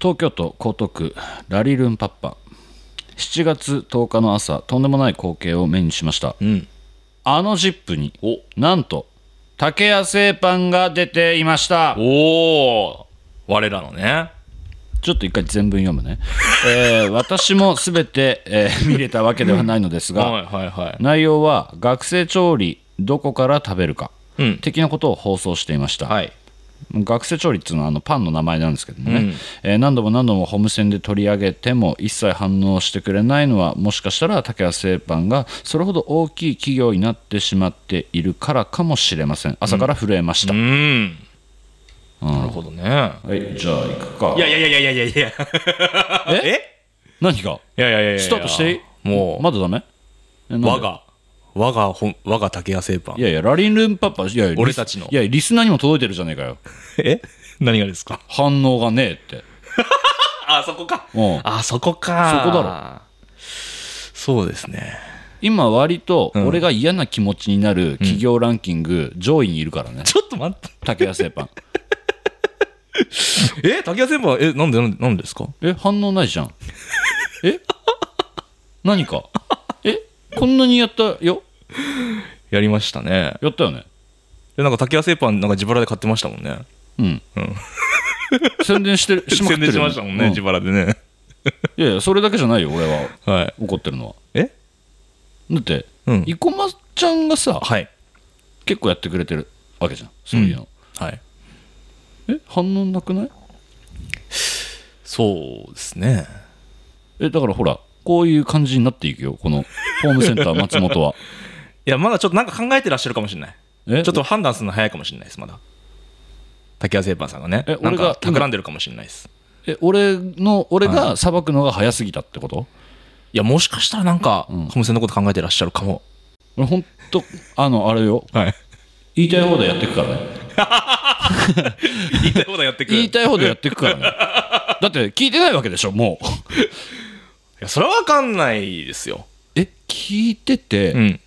東京都江東区ラリルンパッパ7月10日の朝とんでもない光景を目にしましたうんあのジップにおなんと竹谷製パンが出ていましたおお我らのねちょっと一回全文読むね、えー私も全て、えー見れたわけではないのですが、はいはいは内容は学生調理どこから食べるかいうん的なことを放送していました、はい学生調理っていうのはあのパンの名前なんですけどもね、うんえー何度も何度もホームセンで取り上げても一切反応してくれないのはもしかしたら竹谷製パンがそれほど大きい企業になってしまっているからかもしれません朝から震えましうた、んなるほどねはいじゃあ行くかいやいやいやいやいやいやええ何がいやいやいやいやスタートしていいもまだダメえなんうで我が我が本我が竹谷製パンいやいやラリンルンパパいやいや俺たちのリスいやリスナーにも届いてるじゃねえかよえ何がですか反応がねえってあそこかうんあそこかそこだろそうですね今割と俺が嫌な気持ちになる企業ランキング上位にいるからね、ちょっと待って竹谷製パンえ竹谷製パンえなんでなんでなんでですかえ反応ないじゃんえ何かえこんなにやったよやりましたねやったよねでなんか竹谷製パンなんか自腹で買ってましたもんねうん、ん宣伝してるしまくって宣る伝しましたもんね、う自腹でねいやいやそれだけじゃないよ俺ははい怒ってるのはえだって、うん生駒ちゃんがさはい結構やってくれてるわけじゃんそういうの、はいえ反応なくないそうですねえだからほらこういう感じになっていくよこのホームセンター松 本はいやまだちょっとなんか考えてらっしゃるかもしれないえちょっと判断するの早いかもしれないですまだ竹谷製パンさんがねえなん俺がか企んでるかもしれないですえ俺の俺が裁くのが早すぎたってこといやもしかしたらなんかんホームセンのこと考えてらっしゃるかも俺ほんとあのあれよはい言いたい放題やってくからね言いたいことやってく言いいたい放題やってくからねだって聞いてないわけでしょもう やそれはわかんないですよえ聞いてうてん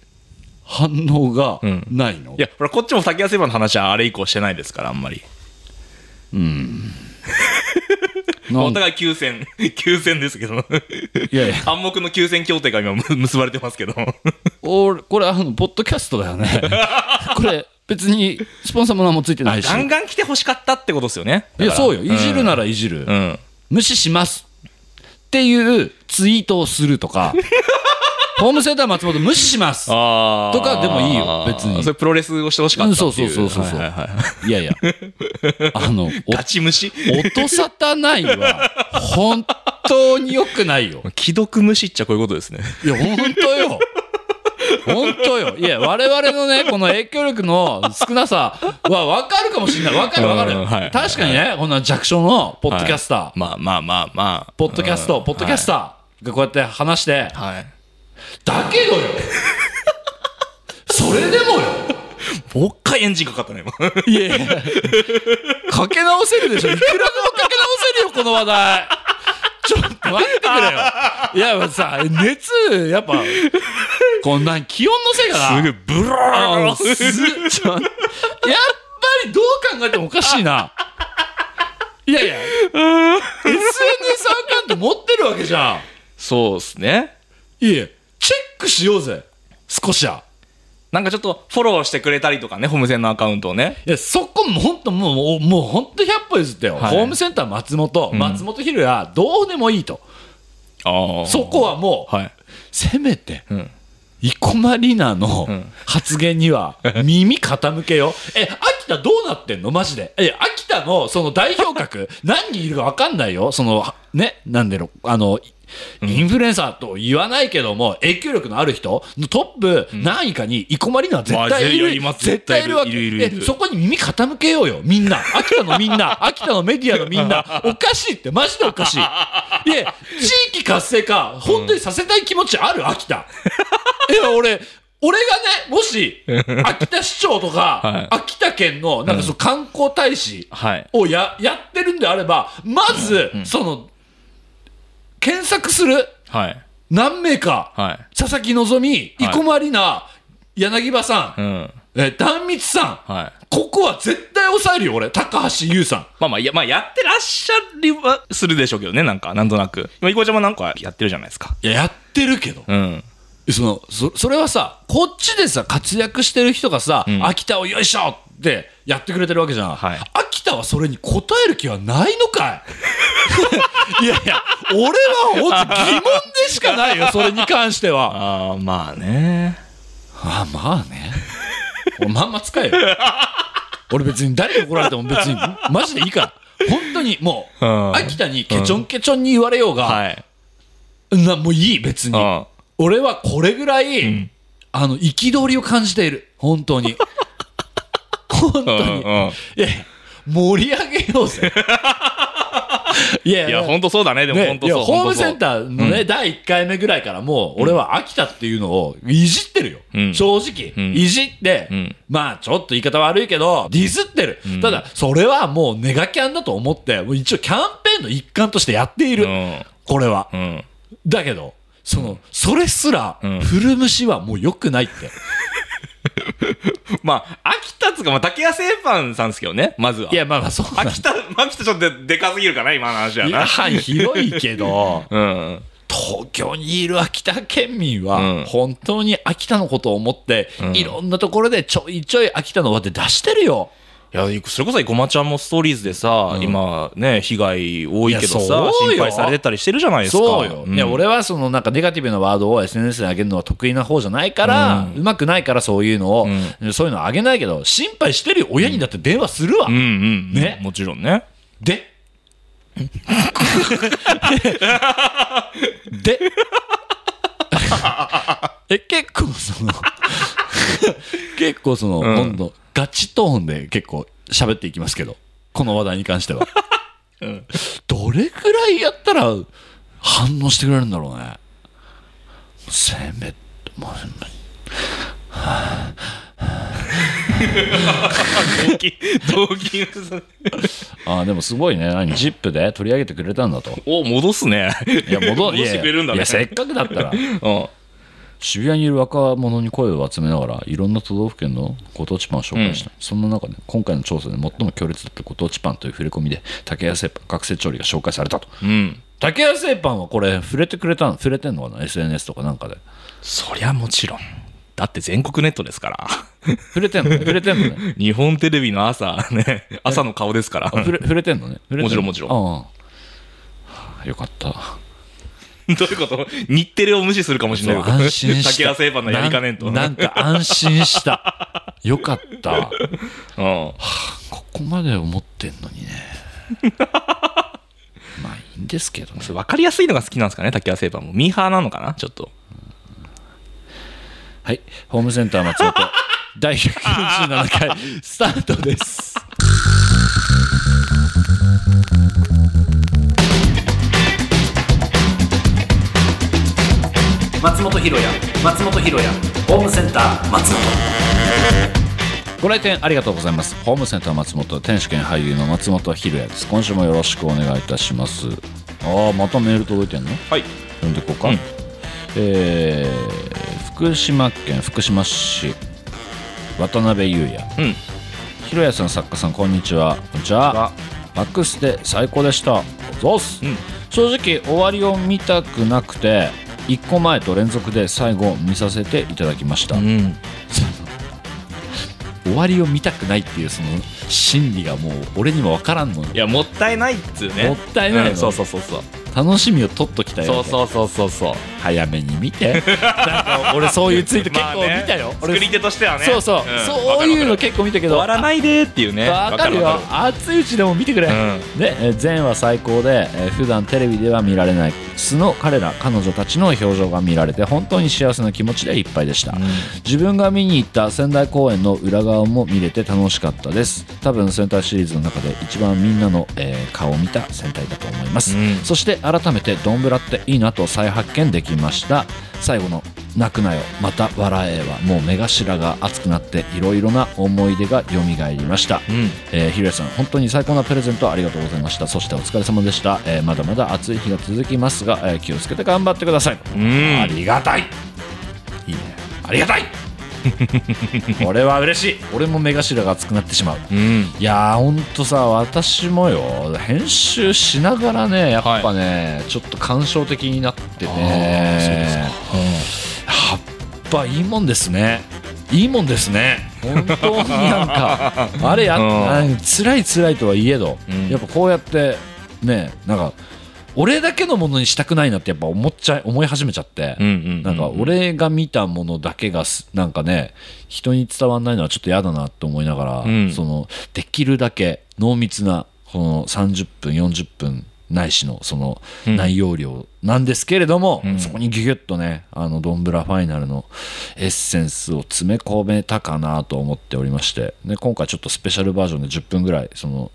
反応がうんないの、いやほらこっちも竹谷製パンの話はあれ以降してないですからあんまりなおん互い休戦 休戦ですけどいやいや暗黙の休戦協定が今む結ばれてますけど俺これあのポッドキャストだよね これ別にスポンサーも何もついてないしガンガン来てほしかったってことですよねいやそうよいじるなならいじる、うん無視しますっていうツイートをすると かホームセンター松本無視しますあーとかでもいいよ別にそれプロレスをしてほしかったっていう、うんそうそうそうそうそうはいはいはいいやいやあ のおガチ虫音沙汰ないは本当に良くないよ既読無視っちゃこういうことですねいや本当よ本当よいや我々のねこの影響力の少なさは分かるかもしれない分かる分かうんる、はい確かにねこんな弱小のポッドキャスター、まあまあまあまあポッドキャスト、うんポッドキャスターがこうやって話して、はい、はいだけどよそれでもよもう一回エンジンかかったね今いやいやかけ直せるでしょいくらでもかけ直せるよこの話題ちょっと待ってくれよいやさ熱やっぱこんなん気温のせいかなすぐブあラのすーちょやっぱりどう考えてもおかしいないやいや SNS アカウント持ってるわけじゃんそうっすねいえチェックしようぜ少しはなんかちょっとフォローしてくれたりとかねホームセンのアカウントをねいやそこも本当もうもうもう本当100歩譲ってよ、はいホームセンター松本、ん松本ひろやどうでもいいとああそこはもう、はいせめてうん生駒里奈のん発言に は耳傾けよ、え秋田どうなってんのマジでえ秋田のその代表 格何人いるか分かんないよそのねなんでのあのインフルエンサーと言わないけども影響力のある人のトップ何位かに生駒里奈は絶対いまある、いるいます絶対いるわけいるいるいるえそこに耳傾けようよみんな秋田のみん な秋田のメディアのみんなおかしいってマジでおかしいいや地域活性化本当にさせたい気持ちある秋田 いや俺俺がねも し秋田市長とか、は秋田県のなんかその観光大使はいをややってるんであればまず、その検索するはい何名か、はい佐々木希生駒里奈柳葉さん、うんえー、壇蜜さん、はい。ここは絶対抑えるよ、俺。高橋優さん。まあまあ、いや、まあ、やってらっしゃりはするでしょうけどね、なんか、なんとなく。今、いこちゃんもなんかやってるじゃないですか。いや、やってるけど。うん。そのそそれはさこっちでさ活躍してる人がさ、ん秋田をよいしょってやってくれてるわけじゃん、はい秋田はそれに応える気はないのかい いやいや俺は本当疑問でしかないよそれに関してはああ、まあね。あまあねおまんま使えよ俺別に誰に怒られても別にマジでいいから本当にもう、うん秋田にケチョンケチョンに言われようが、はい。なもういい別に、うん俺はこれぐらい、あの憤りを感じている本当 に本当に、うんうんいや盛り上げようぜいやいや、ほんとそうだね、でも、ほんね、いとやそう。ホームセンー。ターのね、第1回目ぐらいからもう俺は秋田っていうのをいじってるよ、うん正直、んいじって、んまあちょっと言い方悪いけどディスってる、ただそれはもうネガキャンだと思ってもう一応キャンペーンの一環としてやっている、うんこれは、うん。だけど、その、それすら、ん古虫はもう良くないって。まあ、秋田つうか、まあ、竹谷製パンさんですけどね、まず は。いや、まあまあ、 そうなん秋田、まあ秋田ちょっとででかすぎるかな、今の話はだ。な。範囲広いけど、うん。東京にいる秋田県民うんは、本当に秋田のことを思って、いろんなところでちょいちょい秋田の輪で出してるよ。いや、それこそ、ごまちゃんもストーリーズでさ、今ね、被害多いけどいやそうさよ、心配されてたりしてるじゃないですか。そうよ。んいや、俺はそのなんかネガティブなワードを SNS で上げるのは得意な方じゃないから、うまくないからそういうのを、そういうの上げないけど、心配してるよ親にだって電話するわうん。うん。ねもちろんね。ででえ結構その結構その、んどんどんガチトーンで結構喋っていきますけどこの話題に関しては、どれくらいやったら反応してくれるんだろうねせめもう動機、動機がさあーでもすごいね何 ZIP で取り上げてくれたんだと お、戻すね。い や戻 戻してくれるんだいやね。いやせっかくだったらうん。渋谷にいる若者に声を集めながらいろんな都道府県のご当地パンを紹介した、そんな中で今回の調査で最も強烈だったご当地パンという触れ込みで竹谷製パン学生調理が紹介されたとうん。竹谷製パンはこれ触れてくれたん触れてんのかな SNS とかなんかでそりゃもちろん。だって全国ネットですから。 触れてん のね触れてんのね日本テレビの朝、ね、 朝の顔ですから。 触れ触れてん のね触れてのもちろんもちろんああよかったどういうこと日テレを無視するかもしれないけど。安心 した竹谷製パンのやりかねんと。なんなんか安心したよかったうん。ここまで思ってんのにねまあいいんですけどねそれ分かりやすいのが好きなんですかね、竹谷製パンも。ミーハーなのかなちょっと。はい、ホームセンター松本第197回スタートです。松本ひろや松本ひろやホームセンター松本ご来店ありがとうございます。ホームセンター松本天主兼俳優の松本ひろやです。今週もよろしくお願いいたします。ああ、またメール届いてんの？はい。読んでいこうか。うんえー福島県福島市渡辺裕也。うん。ひろやさん作家さんこんにちはこんにちはバックステ最高でしたゾース、うん正直終わりを見たくなくて1個前と連続で最後を見させていただきました、うん。終わりを見たくないっていうその心理がもう俺にも分からんのよいや、もったいないっつうね。もったいないのうんそうそうそうそう。楽しみを取っときたいわそうけそうそうそうそう。早めに見 てなんか俺そういうツイート結構まあね見たよ、俺作り手としてはね。そうそう、んそういうのわかるわかる結構見たけ終どわらないでーっていうね。わかるよわか熱いうちでも見てくれ、うんでえー前は最高でえー普段テレビでは見られない素の彼ら彼女たちの表情が見られて本当に幸せな気持ちでいっぱいでした、自分が見に行った仙台公演の裏側も見れて楽しかったです多分仙台シリーズの中で一番みんなの、えー顔を見た仙台だと思います、うんそして改めてドンブラっていいなと再発見できました最後の「泣くなよまた笑え」はもう目頭が熱くなっていろいろな思い出が蘇りました、るうん。えー、ひろやさん本当に最高なプレゼントありがとうございましたそしてお疲れ様でした、えーまだまだ暑い日が続きますが、えー気をつけて頑張ってください、うんありがたいいいねありがたいこれは嬉しい俺も目頭が熱くなってしまううん。いやーほんとさ私もよ編集しながらねやっぱね、ちょっと感傷的になってあーそうですかねやっぱいいもんですねいいもんですね本当になんかあれや、 うんなんか辛い辛いとはいえど、うんやっぱこうやってねなんか俺だけのものにしたくないなってやっぱ思っちゃい思い始めちゃって、うんうん。なんか、俺が見たものだけがすなんかね人に伝わらないのはちょっと嫌だなって思いながら、うんそのできるだけ濃密なこの30分40分ないしのそのうん内容量なんですけれども、うんそこにギュギュッとねあのドンブラファイナルのエッセンスを詰め込めたかなと思っておりましてで今回ちょっとスペシャルバージョンで10分ぐらいその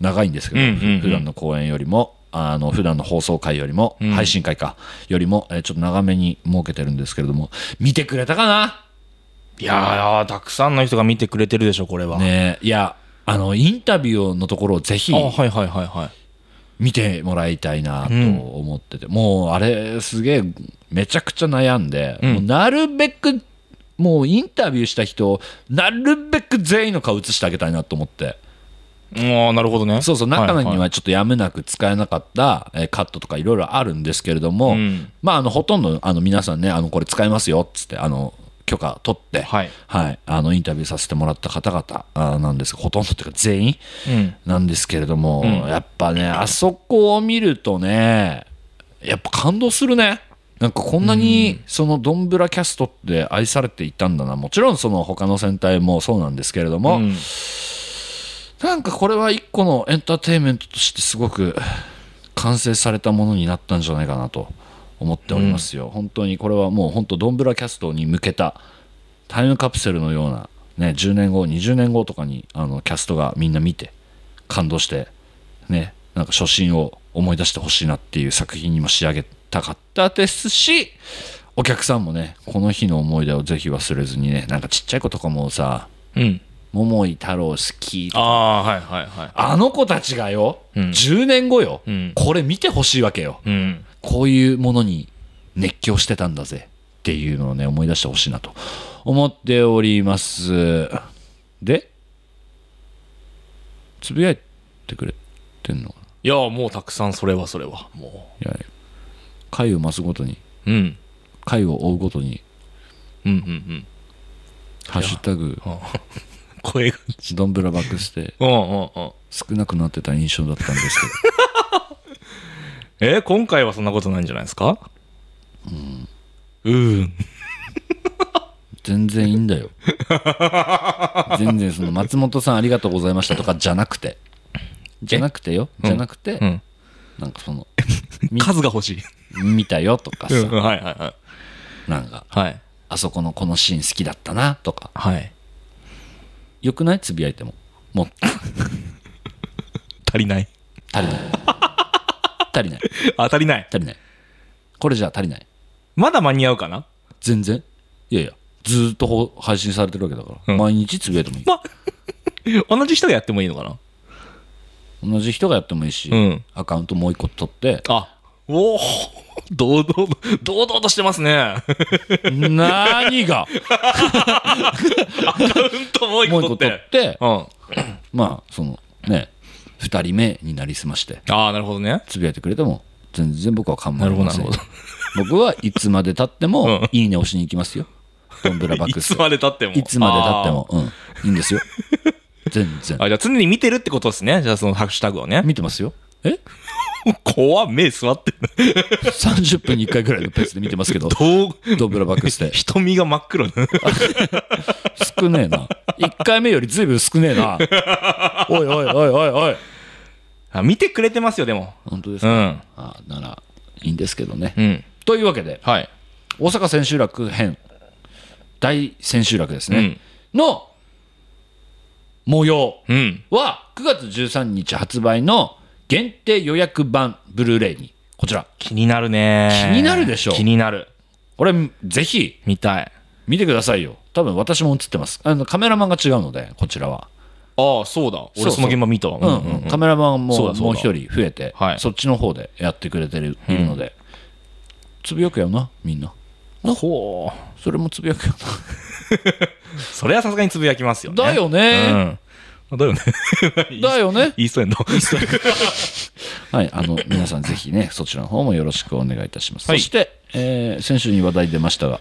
長いんですけど、うんうんうん普段の公演よりもあの普段の放送回よりも、ん配信回かよりも、えーちょっと長めに設けてるんですけれども見てくれたかないやー、たくさんの人が見てくれてるでしょ、これは。ねえいやあのインタビューのところをぜひあはいはいはいはい。見てもらいたいなと思ってて、もうあれすげえめちゃくちゃ悩んで、んもうなるべくもうインタビューした人をなるべく全員の顔映してあげたいなと思って。ああ、なるほどね。そうそうい中にいはちょっとやむなく使えなかったえーカットとかいろいろあるんですけれども、うんまああのほとんどあの皆さんねあのこれ使えますよっつってあの許可取って、はいあのインタビューさせてもらった方々あーなんですほとんどっていうか全員うん。なんですけれども、うんやっぱねあそこを見るとねやっぱ感動するね。なんかこんなにそのドンブラキャストって愛されていたんだなもちろんその他の戦隊もそうなんですけれども、うんなんかこれは一個のエンターテインメントとしてすごく完成されたものになったんじゃないかなと思っておりますよ、本当にこれはもう本当ドンブラキャストに向けたタイムカプセルのような、ね、10年後20年後とかにあのキャストがみんな見て感動してねなんか初心を思い出してほしいなっていう作品にも仕上げたかったですしお客さんもねこの日の思い出をぜひ忘れずにねなんかちっちゃい子とかもさうん。 「桃井太郎好き」とかああ、はいはいはい。あの子たちがよ、うん10年後よ、うんこれ見てほしいわけよ。うん。こういうものに熱狂してたんだぜっていうのをね、思い出してほしいなと思っております。で、つぶやいてくれてんのかないやー、もうたくさん、それはそれは。もいや、回を増すごとに、う。うん。回を追うごとに、うんうんうん。ハッシュタグ、声が。ドンブラバックしてうんうんうん。少なくなってた印象だったんですけど。えー、今回はそんなことないんじゃないですかうん。うん。全然いいんだよ全然その松本さんありがとうございましたとかじゃなくてじゃなくてよじゃなくて、うん。なんかその数が欲しい。見たよとかさ、うんはいはいはい。なんかはい。あそこのこのシーン好きだったなとかはい。よくないつぶやいてももう足りない。 足りない足りないあ、足りない。足りないこれじゃ足りないまだ間に合うかな全然いやいやずーっとほ配信されてるわけだから、うん毎日つぶやいてもいいま、 同じ人がやってもいいのかな同じ人がやってもいいし、うんアカウントもう一個取ってあ、おお堂々と、堂々としてます ね。何 がうんと、もう一もう個一取個って。取って うん。あまあそのね2人目になりすましてあ、なるほどね。つぶやいてくれても全然僕は構いませんなるほどなる僕はいつまでたっても、うんいいね押しに行きますよどんぶらバックいスつまで経っても。いつまでたってもうんいいんですよ全然あー。あ、じゃあ常に見てるってことですね。じゃあそのハッシュタグをね。見てますよえ怖っ目座ってる。 30分に1回ぐらいのペースで見てますけどどう、どんぶらバックスで瞳が真っ黒な。 少ねえな1回目よりずいぶん少ねえな おいおいおいおいおいあ見てくれてますよ、でも。本当ですうか、ん。あならいいんですけどね、うん。というわけではい。大阪千秋楽編大千秋楽ですうねん、。の模様うん。は9月13日発売の限定予約版ブルーレイにこちら気になるね。気になるでしょ気になる。これぜひ見たい。見てくださいよ多分私も映ってますあのカメラマンが違うのでこちらは、ああ、そうだ。そう俺その現場見たわ。うんうんカメラマンもそうだそうだもう一人増えて、はいそっちの方でやってくれてるいるので、つぶやくよなみんなほそれもつぶやくよなそれはさすがにつぶやきますよね。だよね。うん。だよね。 だよね。イーストエンド。はい、あの、皆 さんぜひね、そちらの方もよろしくお願いいたします。はいそして、えー先週に話題出ましたが、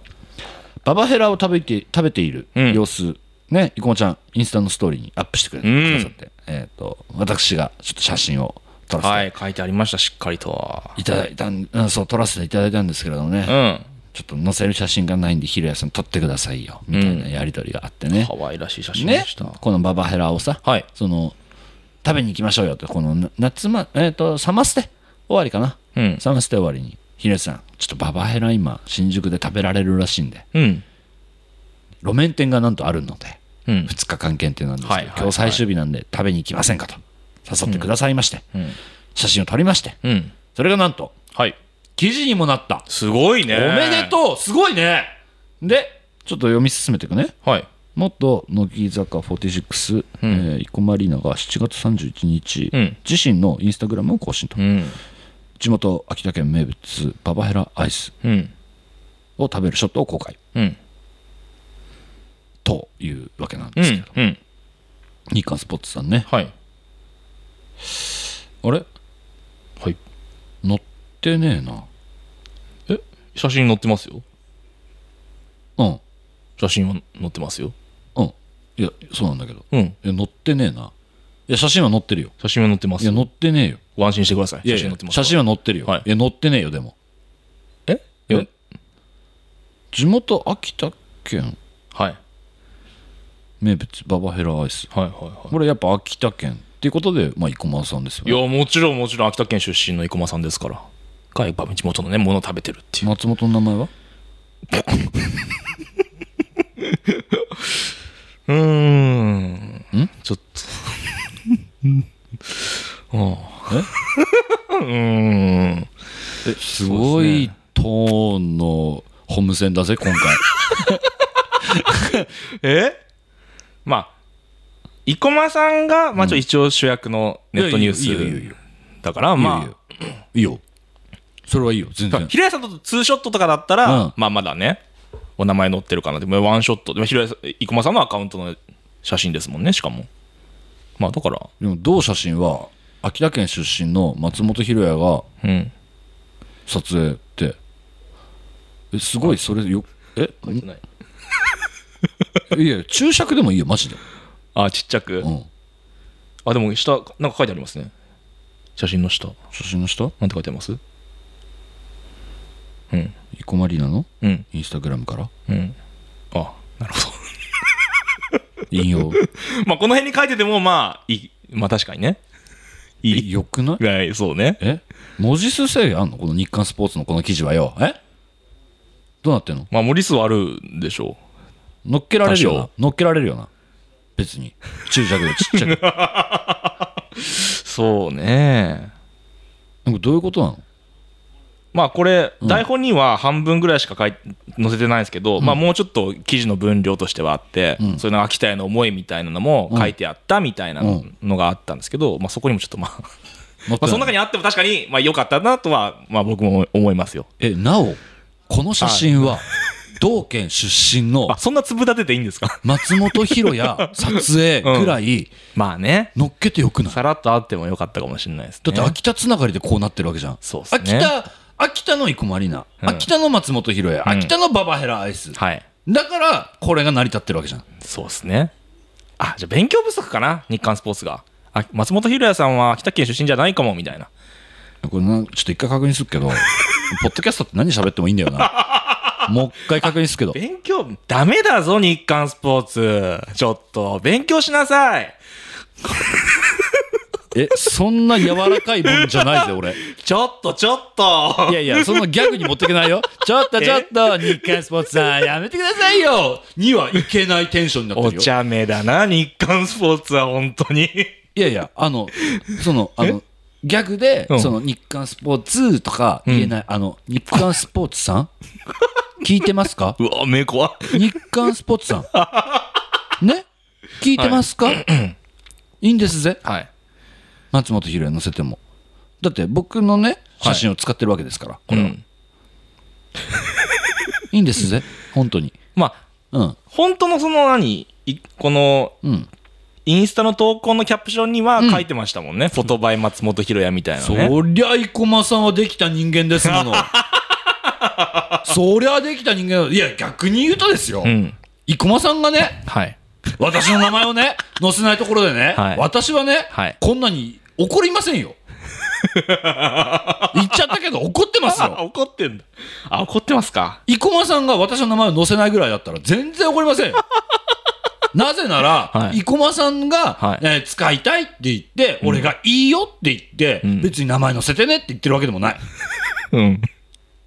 ババヘラを食べて食べているうん様子、ね、生駒ちゃん、インスタのストーリーにアップしてくれてうんくださって、えっ、と、私がちょっと写真を撮らせて、、はいい、書いてありました、しっかりと。ただいたん、うんそう、撮らせていただいたんですけれどもね、うん。ちょっと載せる写真がないんで、ひろやさん撮ってくださいよ、みたいなやりとりがあってね。可愛らしい写真でねした。、このババヘラをさ、はいその食べに行きましょうよってこのな夏まえっ、とサマステ終わりかな、うんサマステ終わりにひねさんちょっとババヘラ今新宿で食べられるらしいんでうん。路面店がなんとあるのでうん。 2日間限定なんですけど、はいはいはい今日最終日なんで食べに行きませんかと誘ってくださいまして、んうん写真を撮りましてうん。それがなんとはい。記事にもなった、すごいね。おめでとうすごいねでちょっと読み進めていくねう。はい。元乃木坂46、えー生駒里奈が7月31日、うん自身のインスタグラムを更新と、うん。地元秋田県名物ババヘラアイスうん。を食べるショットを公開うん。というわけなんうですけど、ん。うん。日刊スポーツさんねはい。あれはい。載ってねえなえ、写真載ってますよ。うん写真は載ってますよ。うんいやそうなんだけどうん。いや載ってねえないや写真は載ってるよ写真は載ってまいすやよ。載ってねえよご安心してください。いや写いや真載ってます。写真は載ってるよ、はいいや載ってねえよでもえいやえ地元秋田県はい。名物ババヘラアイスはいはいはこれやっぱ秋田県っていうことで、まあ、生駒さんですよい。いねや、もちろんもちろん秋田県出身の生駒さんですから。外場地元のね、ものを食べてるっていう。松本の名前はうーん。んちょっ と。ああ。うーん。すごいトーンのホーム戦だぜ今回えまあ、生駒さんが、まあちょ、一応主役の ネットニュいやいいよいいよいいーよスだから、まあ、いいよそれはいいよ全然平井さんとツーショットとかだったら、うんまあまだね、お名前載ってるかなって、まあワンショット、でも平井さん、生駒さんのアカウントの写真ですもんね、しかも。まあだから、でも同写真は秋田県出身の松本博也がうん。撮影ってえすごいそれよえ ないいや注釈でもいいよマジで、あ、ちっちゃくう。ん、あ、でも下、なんか書いてありますね。写真の下。写真の下なんて書いてあります生駒里奈のうん。インスタグラムからうん。あ、なるほど。 引用まあ、この辺に書いてても、まあ、いい。まあ、確かにね。 いえい。よくないはい、そうね。え文字数制限あんのこの日刊スポーツのこの記事はよえどうなってんのまあ、森数はあるんでしょ乗っけられるよな乗っけられるよな別に注釈でちっちゃ くう。そうね。なんかどういうことなのまあ、これ、台本には半分ぐらいしか書い載せてないんですけど、まあ、もうちょっと記事の分量としてはあって、んそれの秋田への思いみたいなのも書いてあったみたいなのがあったんですけど、まあ、そこにもちょっと まあ、乗っまてなあ、いその中にあっても確かに、まあ、良かったなとは、まあ、僕も思いますよ。えなおこの写真は同県出身のあ、そんな粒立てていいんですか松本博 也撮影ぐらい まあね。乗っけてよくないさらっとあってもよかったかもしれないですね。だって秋田つながりでこうなってるわけじゃんそうっすね秋田秋田の生駒里奈うん秋田の松本博也ん秋田のババヘラアイスはい。だからこれが成り立ってるわけじゃんそうですね。あ、じゃあ勉強不足かな日刊スポーツが。あ、松本博也さんは秋田県出身じゃないかも、みたいな。これなちょっと一回確認するけ どポッドキャストって何喋ってもいいんだよな もう一回確認するけど勉強、ダメだぞ、日刊スポーツ。ちょっと、勉強しなさい。えそんな柔らかいもんじゃないぜ俺ちょっと、ちょっとい。やいやそのギャグに持っていけない よちょっとちょっと日刊スポーツさんやめてくださいよにはいけないテンションになっておるよ茶目だな、日刊スポーツは、本当に。いやいやあのそのあのギャグで、うんその日刊スポーツとか言えない、あの日刊スポーツさん聞いてますか うわ、目怖 日刊スポーツさんね聞いてますか、い、いんですぜはい。松本博也載せてもだって僕のね写真を使ってるわけですから、ここれれはは、いいんですぜ本当にまあ、うん本当のその何、いこの、うんインスタの投稿のキャプションには書いてましたもんね。フォトバイ松本博也みたいなね。そりゃ生駒さんはできた人間ですもの そりゃできた人間だいや逆に言うとですよ、うん。生駒さんがねはい。私の名前を ね載せないところでね、はい私はね、はいこんなに怒りません よ言っちゃったけど怒ってますあ、よ 怒ってんだ。あ、怒ってますか。生駒さんが私の名前を載せないぐらいだったら全然怒りません よなぜなら、はい生駒さんが、はいえー使いたいって言って、俺がいいよって言って、ん別に名前載せてねって言ってるわけでもないうん。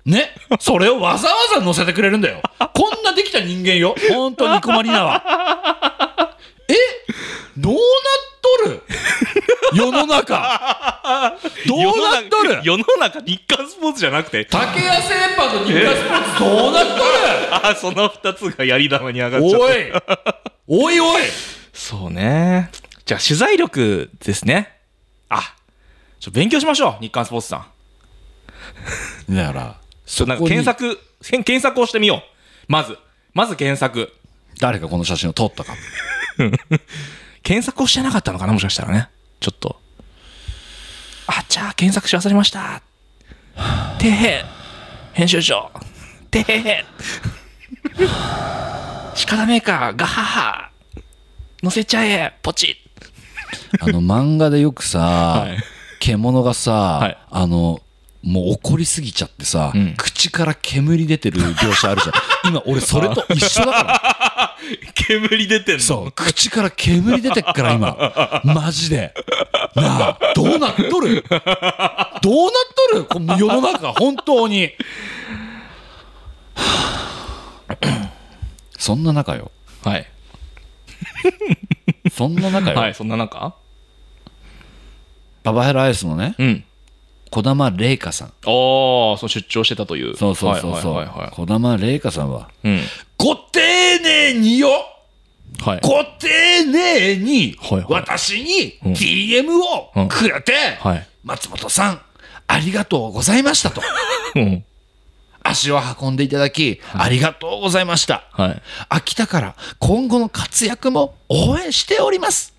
ね、それをわざわざ載せてくれるん だよ。こんなできた人間よ。本当に困りなは。えどうなっとる世の中。どうなっとる世の中、世の中日刊スポーツじゃなくて、竹谷製パンと日刊スポーツどうなっあ、その二つがやり玉に上がとっる ちゃっおた。い。おいおい。そうね。じゃあ、取材力ですね。あ、ちょっと勉強しましょう。日刊スポーツさん。だから、ちょっとなんか検索、検検索をしてみよう。まず。まず検索。誰がこの写真を撮ったか。検索をしてなかったのかなもしかしたらね。ちょっと。あ、じゃあ、検索し忘れました。てへ。編集長。てへへ。仕方ねえか。ガハハ。乗せちゃえ。ポチ。あ の漫画でよくさ、い獣がさ、はいあのもう怒りすぎちゃってさ、ん口から煙出てる描写あ るじゃん今俺それと一緒だから煙出てんのそう口から煙出てっから今マジでなあどうなっとるどうなっとるこの世の中本当に はあそんな中よはい。そんな中よ、はい、そんな中ババヘラアイスのねうん。児玉玲香さんああ、そう出張してたという。そうそうそうそはういはいはいは。児玉玲香さんはいうん。ご丁寧によはい。ご丁寧にはいはい私に DM をくれて、はい。松本さん、ありがとうございました と。うん。足を運んでいただき、ありがとうございました。はい。秋田から今後の活躍も応援しております。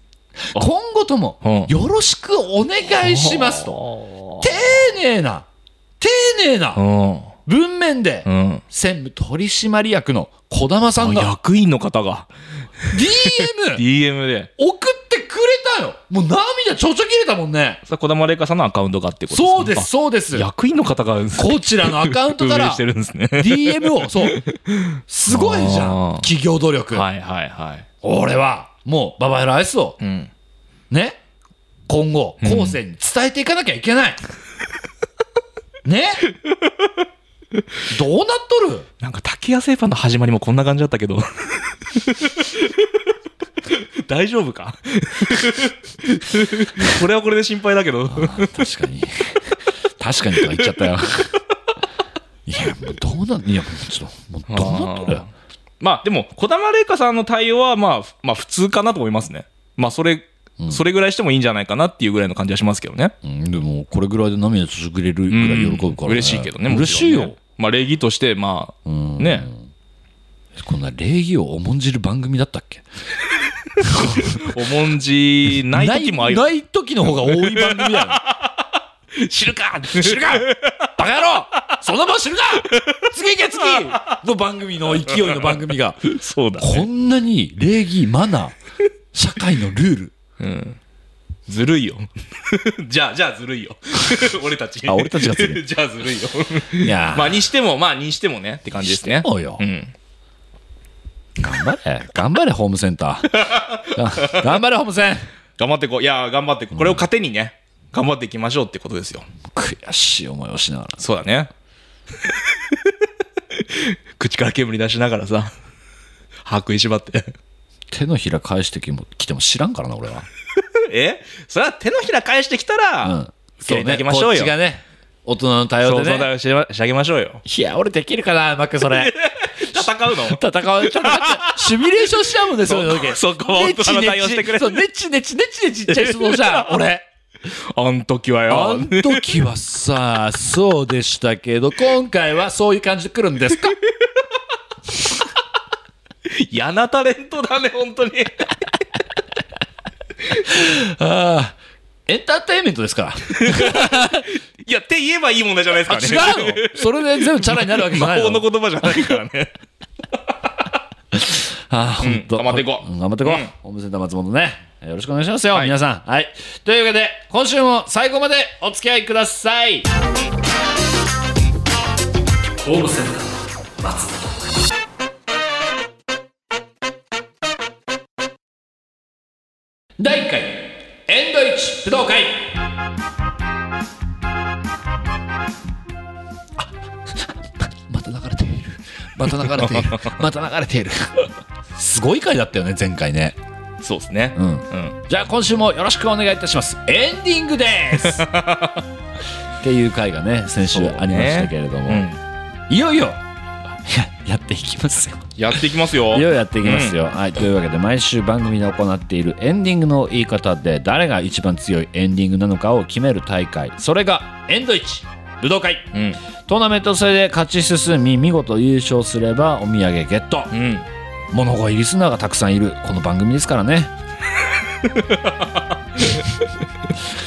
今後ともうんよろしくお願いしますと。と。丁寧な、丁寧う。なん文面でうん。専務取締役の児玉さんあが役員の方 が DM DM で。送ってくれたよもう涙ちょちょ切れたもんねさあ、児玉玲香さんのアカウントがってことそうですすねそうですあ役員の方が運営こちらのアカウント からしてるんですね。 DM をそうすごいじゃんあー企業努力、はいはいはい。俺はもうババエラアイスをうん。ね今後後世に伝えていかなきゃいけない、 ねどうなっとるなんか、滝谷製パンの始まりもこんな感じだったけど。大丈夫かこれはこれで心配だけど。確かに確かにとか言っちゃったよ いやもうどうなんいやもうちょっともうどうなっとるあーまあでも児玉玲香さんの対応はまあふまあ普通かなと思いますねまあそれ、それぐらいしてもいいんじゃないかなっていうぐらいの感じはしますけどねうん、でもこれぐらいで涙つづくれるぐらい喜ぶから、ね嬉しいけどねも嬉しちろんいねよ、まあ礼儀としてまあうんねこんな礼儀を重んじる番組だったっけ重んじない時もあるないない時の方が多い番組だよ知るか 知るかバカ野郎そんなもん知るか次行け次の番組の勢いの番組がそうだ、こんなに礼儀マナー社会のルールうん、ずるいよ じゃあじゃあずるいよ 俺たちあ俺たちがずる じゃあずるいよいやー、まあにしてもまあにしてもねって感じですねそうようん頑張れ頑張れホームセンターが頑張れホー ムセン頑張ってこういや頑張ってこうこれを糧にね頑張っていきましょうってことですよ悔しい思いをしながらそうだね。 口から煙出しながらさ、歯食いしばって。 手のひら返してきも来ても知らんからな俺はえそれは手のひら返してきたら、うん受け入れてあげましょうそうねこっよ。ちがね、大人の対そ応うでそうね。だしてましてあげましょうよ。いや、俺できるかな、うまくそ れ。戦う戦のう。ちょっと待って、シミュレーションしちゃうもんね、 そういう時。そこは大人の対応してくれそう、ねちねちねちねちっちゃい質問じ ゃん、俺。 あん時はあよ。ん時はさ、そうでしたけど、今回はそういう感じで来るんですか嫌なタレントだね、本当に。ああ、 エンターテインメントですから。いや、って言えばいい問題じゃない であ、す違からね。うのそれで全部チャラになるわけじゃ 魔ないの法の言葉じゃないからね。ああ、本当、頑張っていこうん頑張っていこう。うんホームセンター松本ね。よろしくお願いしますよ、皆さん。はい。というわけで、今週も最後までお付き合いください。ホームセンター松本第1回、エンドイチ武道会。また流れている。また流れている。また流れている。すごい回だったよね、前回ね。 そうですね。うん。うん。じゃあ今週もよろしくお願いいたしますエンディングです っていう回がね先週ありましたけれども、うんいよいよややっていきますよやっていきますいよ。よいよやっていきますよ、はいというわけで毎週番組で行っているエンディングの言い方で誰が一番強いエンディングなのかを決める大会それがエンドイチ武道会うん。トーナメント戦で勝ち進み見事優勝すればお土産ゲット、うん。物乞いリスナーがたくさんいるこの番組ですから ね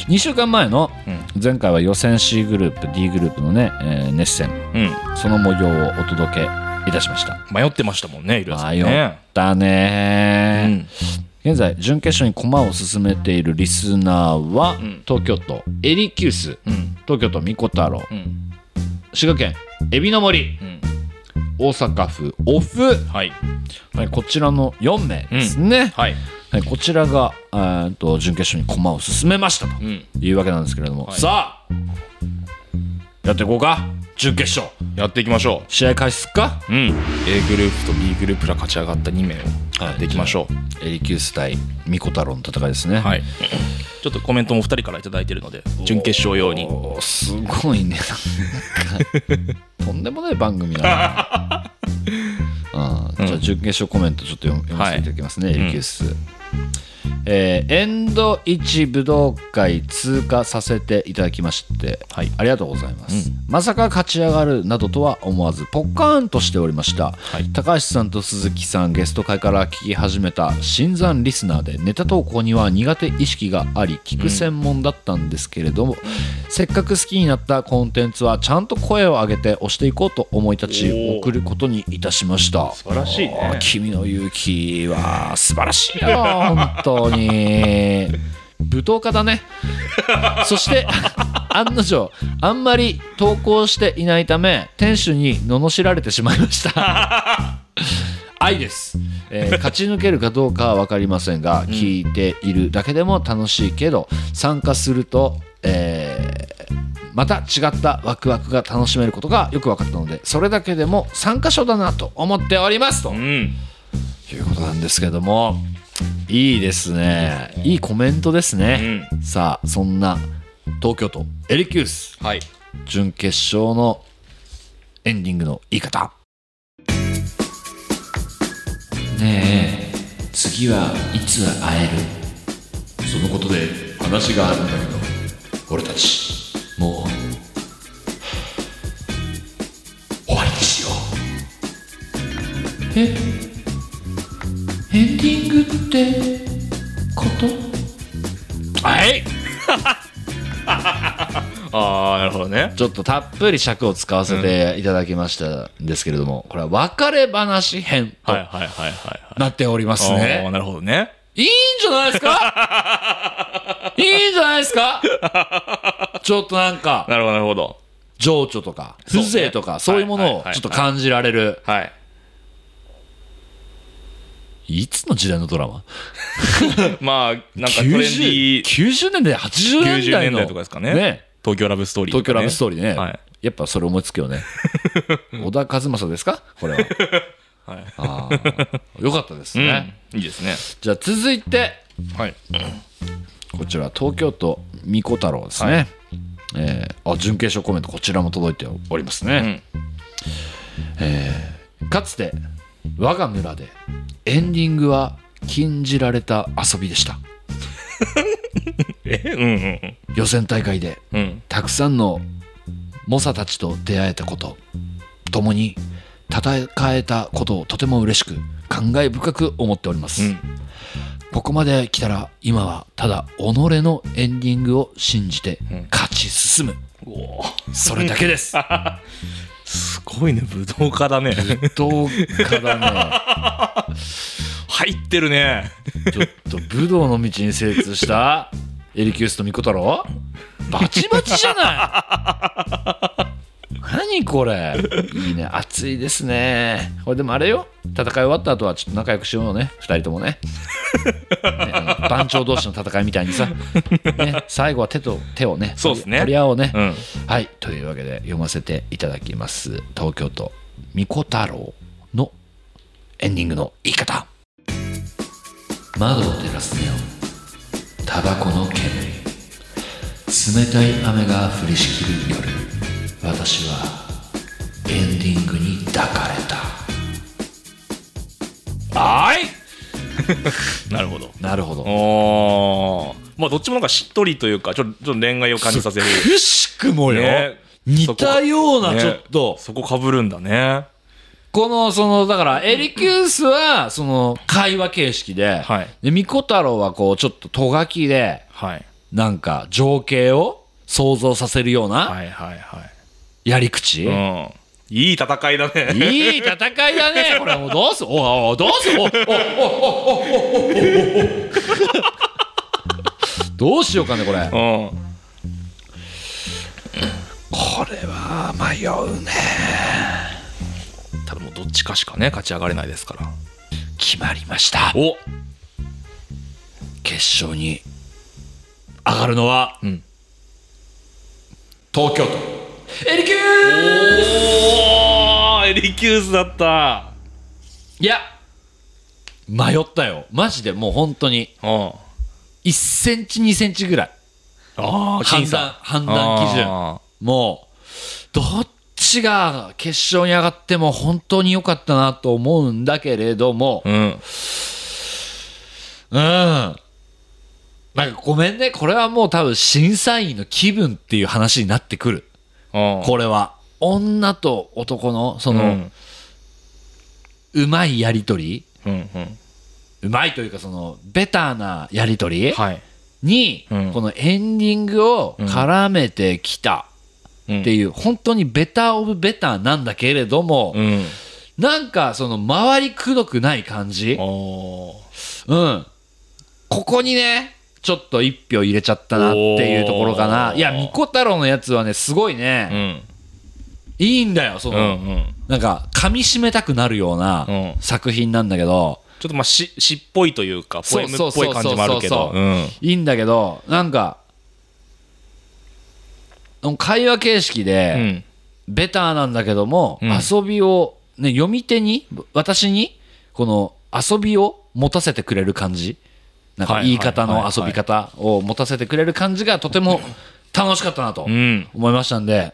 2週間前の前回は予選 C グループ D グループのね、えー熱戦うん。その模様をお届けいたしました迷ってましたもんね、いろいろ。迷ったうねん。現在準決勝に駒を進めているリスナーは、ん東京都エリキュースうん。東京都ミコ太郎うん。滋賀県エビの森うん。大阪府オフ、はい。はい、こちらの4名ですね、はい。はい、こちらが、えー、と準決勝に駒を進めましたとうん。いうわけなんですけれども、はいさあやっていこうか準決勝やっていきましょ試合開始すっかう。うん。A グループと B グループから勝ち上がった2名をやっていきましょう。エリキュース対ミコ太郎の戦いですね、はい、ちょっとコメントも2人から頂いただいてるので準決勝用におーすごいねなんかとんでもない番組だ な、うん、じゃあ準決勝コメントちょっと読む読ませていただきますね、エリキュース、えーエンド1武道会通過させていただきまして、はいありがとうございます、まさか勝ち上がるなどとは思わずポカーンとしておりました、い高橋さんと鈴木さんゲスト会から聞き始めた新参リスナーでネタ投稿には苦手意識があり聞く専門だったんですけれども、せっかく好きになったコンテンツはちゃんと声を上げて押していこうと思い立おちー送ることにいたしました素晴らしいねあー君の勇気は素晴らしいよ本当に舞踏家だ ねそして案の定あんまり投稿していないため店主に罵られてしまいました 愛です、えー勝ち抜けるかどうかは分かりませんが、聞いているだけでも楽しいけど参加すると、えーまた違ったワクワクが楽しめることがよく分かったのでそれだけでも参加賞だなと思っておりますと、うんということなんですけどもいいですねいいコメントですね、さあそんな東京都エリキュースはい準決勝のエンディングの言い方ねえ次はいつ会えるそのことで話があるんだけど俺たちもう終わりにしようえエンディングってことはい ああなるほどねちょっとたっぷり尺を使わせていただきましたんですけれども、これは別れ話編とはいはいはいはいなっておりますはいあーね。なるほどねいいんじゃないですか いいんじゃないですかちょっとなんか、なるほどなるほど情緒とか、そうね風情とか、そういうものをちょっと感じられる。はいいつの時代のドラマまあなんかトレ ?90 ンディー90年代、80年90代年の。代とかですかねね東京ラブストーリー東京ラブストーリーね、はいやっぱそれ思いつくよ ね小田和正ですかこれは、いあーよかったですね、うんいいですねじゃあ続いてはいこちら東京都みこ太郎ですね、えーあ準決勝コメントこちらも届いておりますね、えーかつて我が村でエンディングは禁じられた遊びでしたえうん予選大会でうんうんたくさんの猛者たちと出会えたこと共に戦えたことをとても嬉しく感慨深く思っております、うんここまで来たら今はただ己のエンディングを信じてん勝ち進む、それだけです すごいね武道家だねどうかだ入ってるねねちょっと武道の道に精通したエリキュースとミコ太郎バチバチじゃない何これいいね熱いですねこれでもあれよ戦い終わった後はちょっと仲良くしようよね2人ともねねあの番長同士の戦いみたいにさ、ね、最後は手と手をねそうっすね取り合おうね、うんはい、というわけで読ませていただきます東京都みこ太郎のエンディングの言い方窓を照らすネオンタバコの煙冷たい雨が降りしきる夜私はエンディングに抱かれたはい なるほどなるほどおーまあどっちもなんかしっとりというかちょっとちょっと恋愛を感じさせるくしくもよ、ね似たようなねちょっと、そこかぶるんだねこの、その、だから、エリキュースは、その、会話形式で、はいで、ミコ太郎は、こう、ちょっと、とがきで、はいなんか、情景を想像させるような、はいはいはやり口。いうんいい戦いだねいい戦いだね、これ、もう、どうす、おいおいおいどうす、おいおいおいおいおいおいおいおいおいおいどうしようかね、これ。こうんれは、迷うね。ただもうどっちかしかね勝ち上がれないですから決まりました。お決勝に、上がるのは、うん東京都。エリキュースおーエリキュースだったいや迷ったよマジでもう本当にうん1センチ2センチぐらいああ判断判断基準もうどっちが決勝に上がっても本当に良かったなと思うんだけれどもうんうんなんかごめんねこれはもう多分審査員の気分っていう話になってくるこれは女と男のそのうまいやり取りうんうんうまいというかそのベターなやり取り、はいに、うんこのエンディングを絡めてきたっっていう、本当にベターオブベターなんだけれども、うんなんかその周りくどくない感じ、おうん、ここにねちょっと一票入れちゃったなっていうところかなおーいやみこ太郎のやつはねすごいうんうね、んいいんだよそうんうの、んなんか噛み締めたくなるようなうん作品なんだけど、ちょっとまあ詩詩っぽいというかポエムっそうそぽういそうそう感じもあるけどそうそううんいいんだけどなんか会話形式で、うんベターなんだけども、うん遊びを、ね、読み手に私にこの遊びを持たせてくれる感じなんかはい言い方はいのはい遊び方を持たせてくれる感じがとても楽しかったなとうん思いましたんで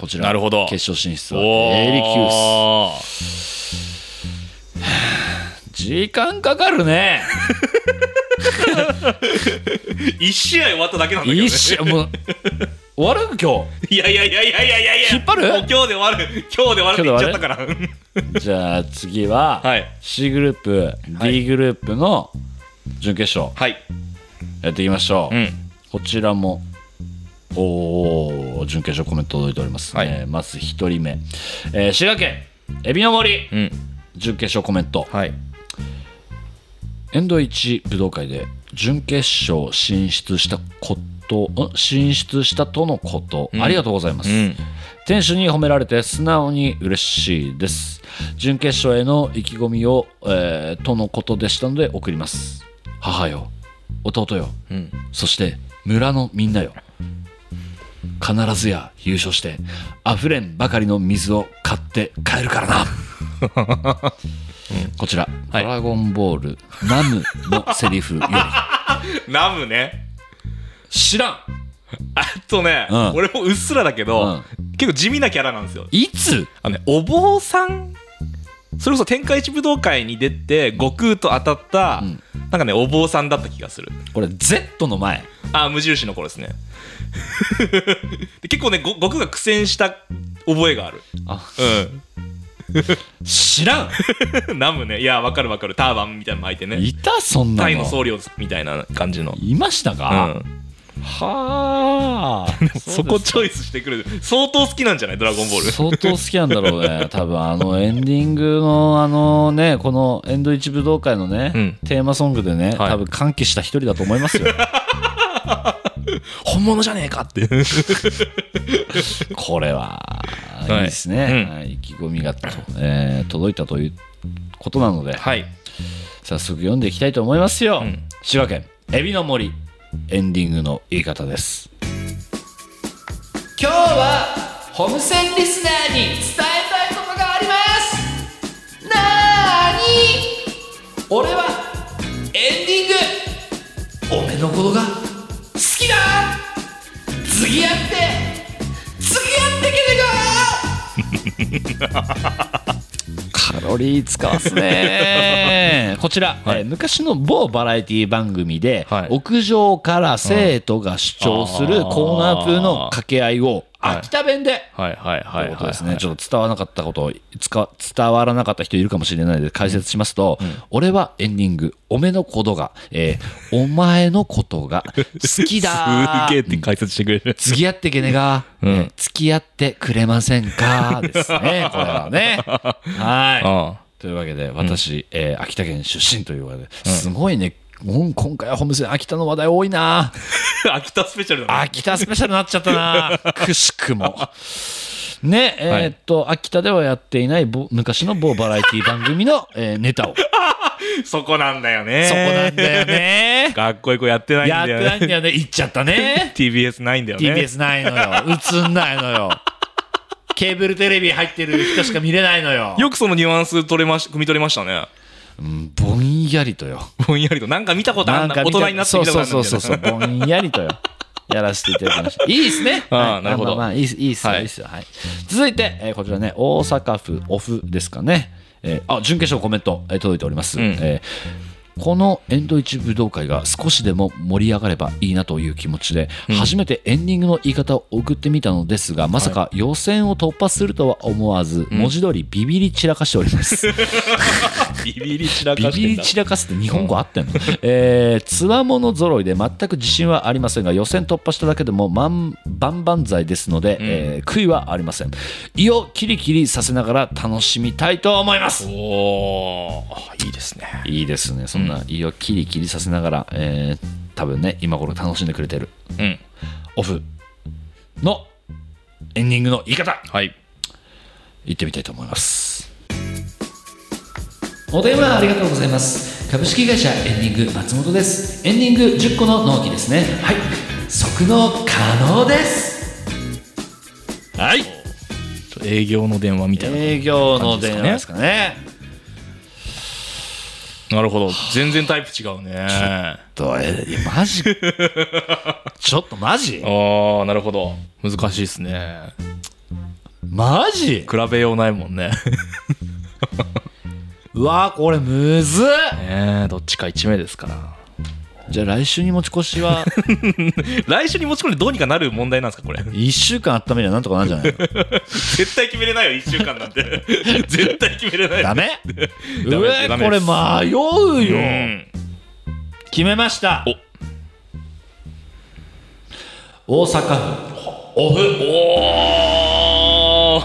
こちらなるほど決勝進出はエリキューおース時間かかるね一試合終わっただけなんだけどね一瞬もう終わる今いやいやいやいやいやいやいや引っ張るもう今日で終わる今日で終わるって言っちゃったから日じゃあ次は、はい C グループ D グループの準決勝はいやっていきましょう、うんこちらも、おー準決勝コメント届いておりますね。はいまず1人目、えー滋賀県、エビの森、うん準決勝コメント。はいエンド1武道会で準決勝進出したこと、ん進出したとのこと、ありがとうございます。うん店主に褒められて素直に嬉しいです準決勝への意気込みを、えーとのことでしたので送ります母よ弟よ、んそして村のみんなよ必ずや優勝して溢れんばかりの水を買って帰るからなこちら、ドラゴンボールナムのセリフよりナムね知らんあとね、うん俺もうっすらだけど、結構地味なキャラなんですよいつあのねお坊さんそれこそ天下一武道会に出て悟空と当たった、んなんかねお坊さんだった気がするこれ Z の前あ無印の頃ですね で結構ねご悟空が苦戦した覚えがあるあうん知らん ナムねいやわかるわかるターバンみたいなの巻いてねいたそんなのタイの僧侶みたいな感じの、いましたうか、ん、はあそこチョイスしてくる相当好きなんじゃないドラゴンボール相当好きなんだろう ね多分あのエンディングのあのねこのエンド一武道会のね、うんテーマソングでね、はい多分歓喜した一人だと思いますよ 本物じゃねえかって これは、いい、いですね、うんはい意気込みがと、えー届いたということなので、はい早速読んでいきたいと思いますよ、うん滋賀県エビの森エンディングの言い方です今日はホームセンリスナーに伝えたいことがありますなーに俺はエンディングおめのことが好きだ次やって次やってけカロリー使わすね こちら、えー昔の某バラエティ番組で、はい屋上から生徒が主張するコーナー風の掛け合いをはい秋田弁で、はいはいとはいいうはことですね、いちょっと伝わらなかったことをつか伝わらなかった人いるかもしれないので解説しますと、俺はエンディング「おめのことが、えーお前のことが好きだ」すげえって解説してくれる付き合ってけねが、うんえー付き合ってくれませんか ですね、これはね。はい。あというわけで私、えー秋田県出身というわけですごいね、うん今回はホームセン秋田の話題多いなあ 秋田スペシャルだね秋田スペシャルになっちゃったな くしくもねえはいーっと、秋田ではやっていないぼ昔の某バラエティ番組の、えーネ タをそこそこなんだよねなんだよねかっこいい子やってない んやっだてよないんねだ よね行っちゃった ね TBS ないんだよね TBS ないのよ 映んないのよケーブルテレビ入ってる人しか見れないのよよくそのニュアンス取れまし汲み取れましたねうんぼんやりとよぼんやりとなんか見たことあんなか大見人になってそうみたことそあうんだよそうそうそねうぼんや りとよやらせていただきましたいいですねああはいなるほどまあまあいいっすいいっすよはいいいっすよはい続いてえーこちらね大阪府オフですかねえーあ準決勝コメントえー届いておりますうんえーこのエンド一武道会が少しでも盛り上がればいいなという気持ちで、初めてエンディングの言い方を送ってみたのですがまさか予選を突破するとは思わず、文字通りビビり散らかしておりますビビり散らビかしてんだビり散らかすって日本語あってんの、えー、つわもの揃いで全く自信はありませんが予選突破しただけでも万々歳ですので、えー悔いはありません胃をキリキリさせながら楽しみたいと思いますおーいいですねいいですねそんな胃をキリキリさせながら、えー多分ね今頃楽しんでくれてるうんオフのエンディングの言い方はい行ってみたいと思いますお電話ありがとうございます株式会社エンディング松本ですエンディング10個の納期ですねはい即納可能ですはい営業の電話みたいな、営業の電話ですかねなるほど全然タイプ違うねあとえいやマジ ちょっとマジあなるほど難しいですねマジ比べようないもんねうわこれむずっねえどっちか1名ですからじゃあ来週に持ち越し は来週に持ち込んでどうにかなる問題なんですかこれ 1週間温めりゃなんとかなんじゃないの絶対決めれないよ1週間なんて 絶対決めれな いダメうダメでえすダこメれです迷うよ、決めました大阪府オフお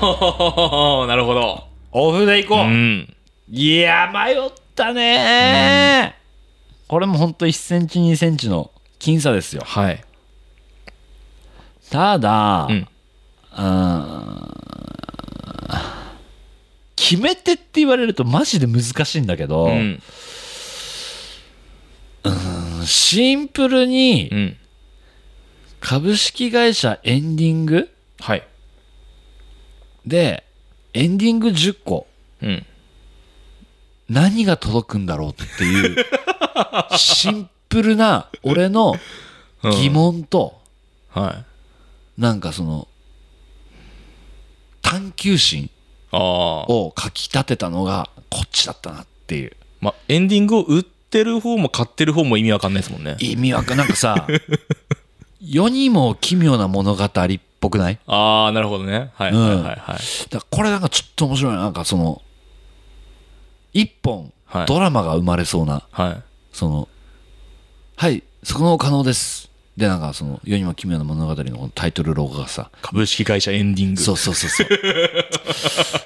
お なるほどオフで行こう、んいや迷ったねーこれもほんと1センチ2センチの僅差ですよはいただ、うんうーん決め手って言われるとマジで難しいんだけど、うんシンプルにうん株式会社エンディングはいでエンディング10個うん何が届くんだろうっていうシンプルな俺の疑問とはいなんかその探求心ああをかきたてたのがこっちだったなっていうまあエンディングを売ってる方も買ってる方も意味わかんないですもんね意味わかんなんかさ世にも奇妙な物語っぽくないああ、なるほどね。はいはいはいはい。だからこれなんかちょっと面白いななんかその一本はいドラマが生まれそうなはい。そのはいそこの可能ですでなんかその世にも奇妙な物語のこのタイトルロゴがさ株式会社エンディング。そうそうそうそ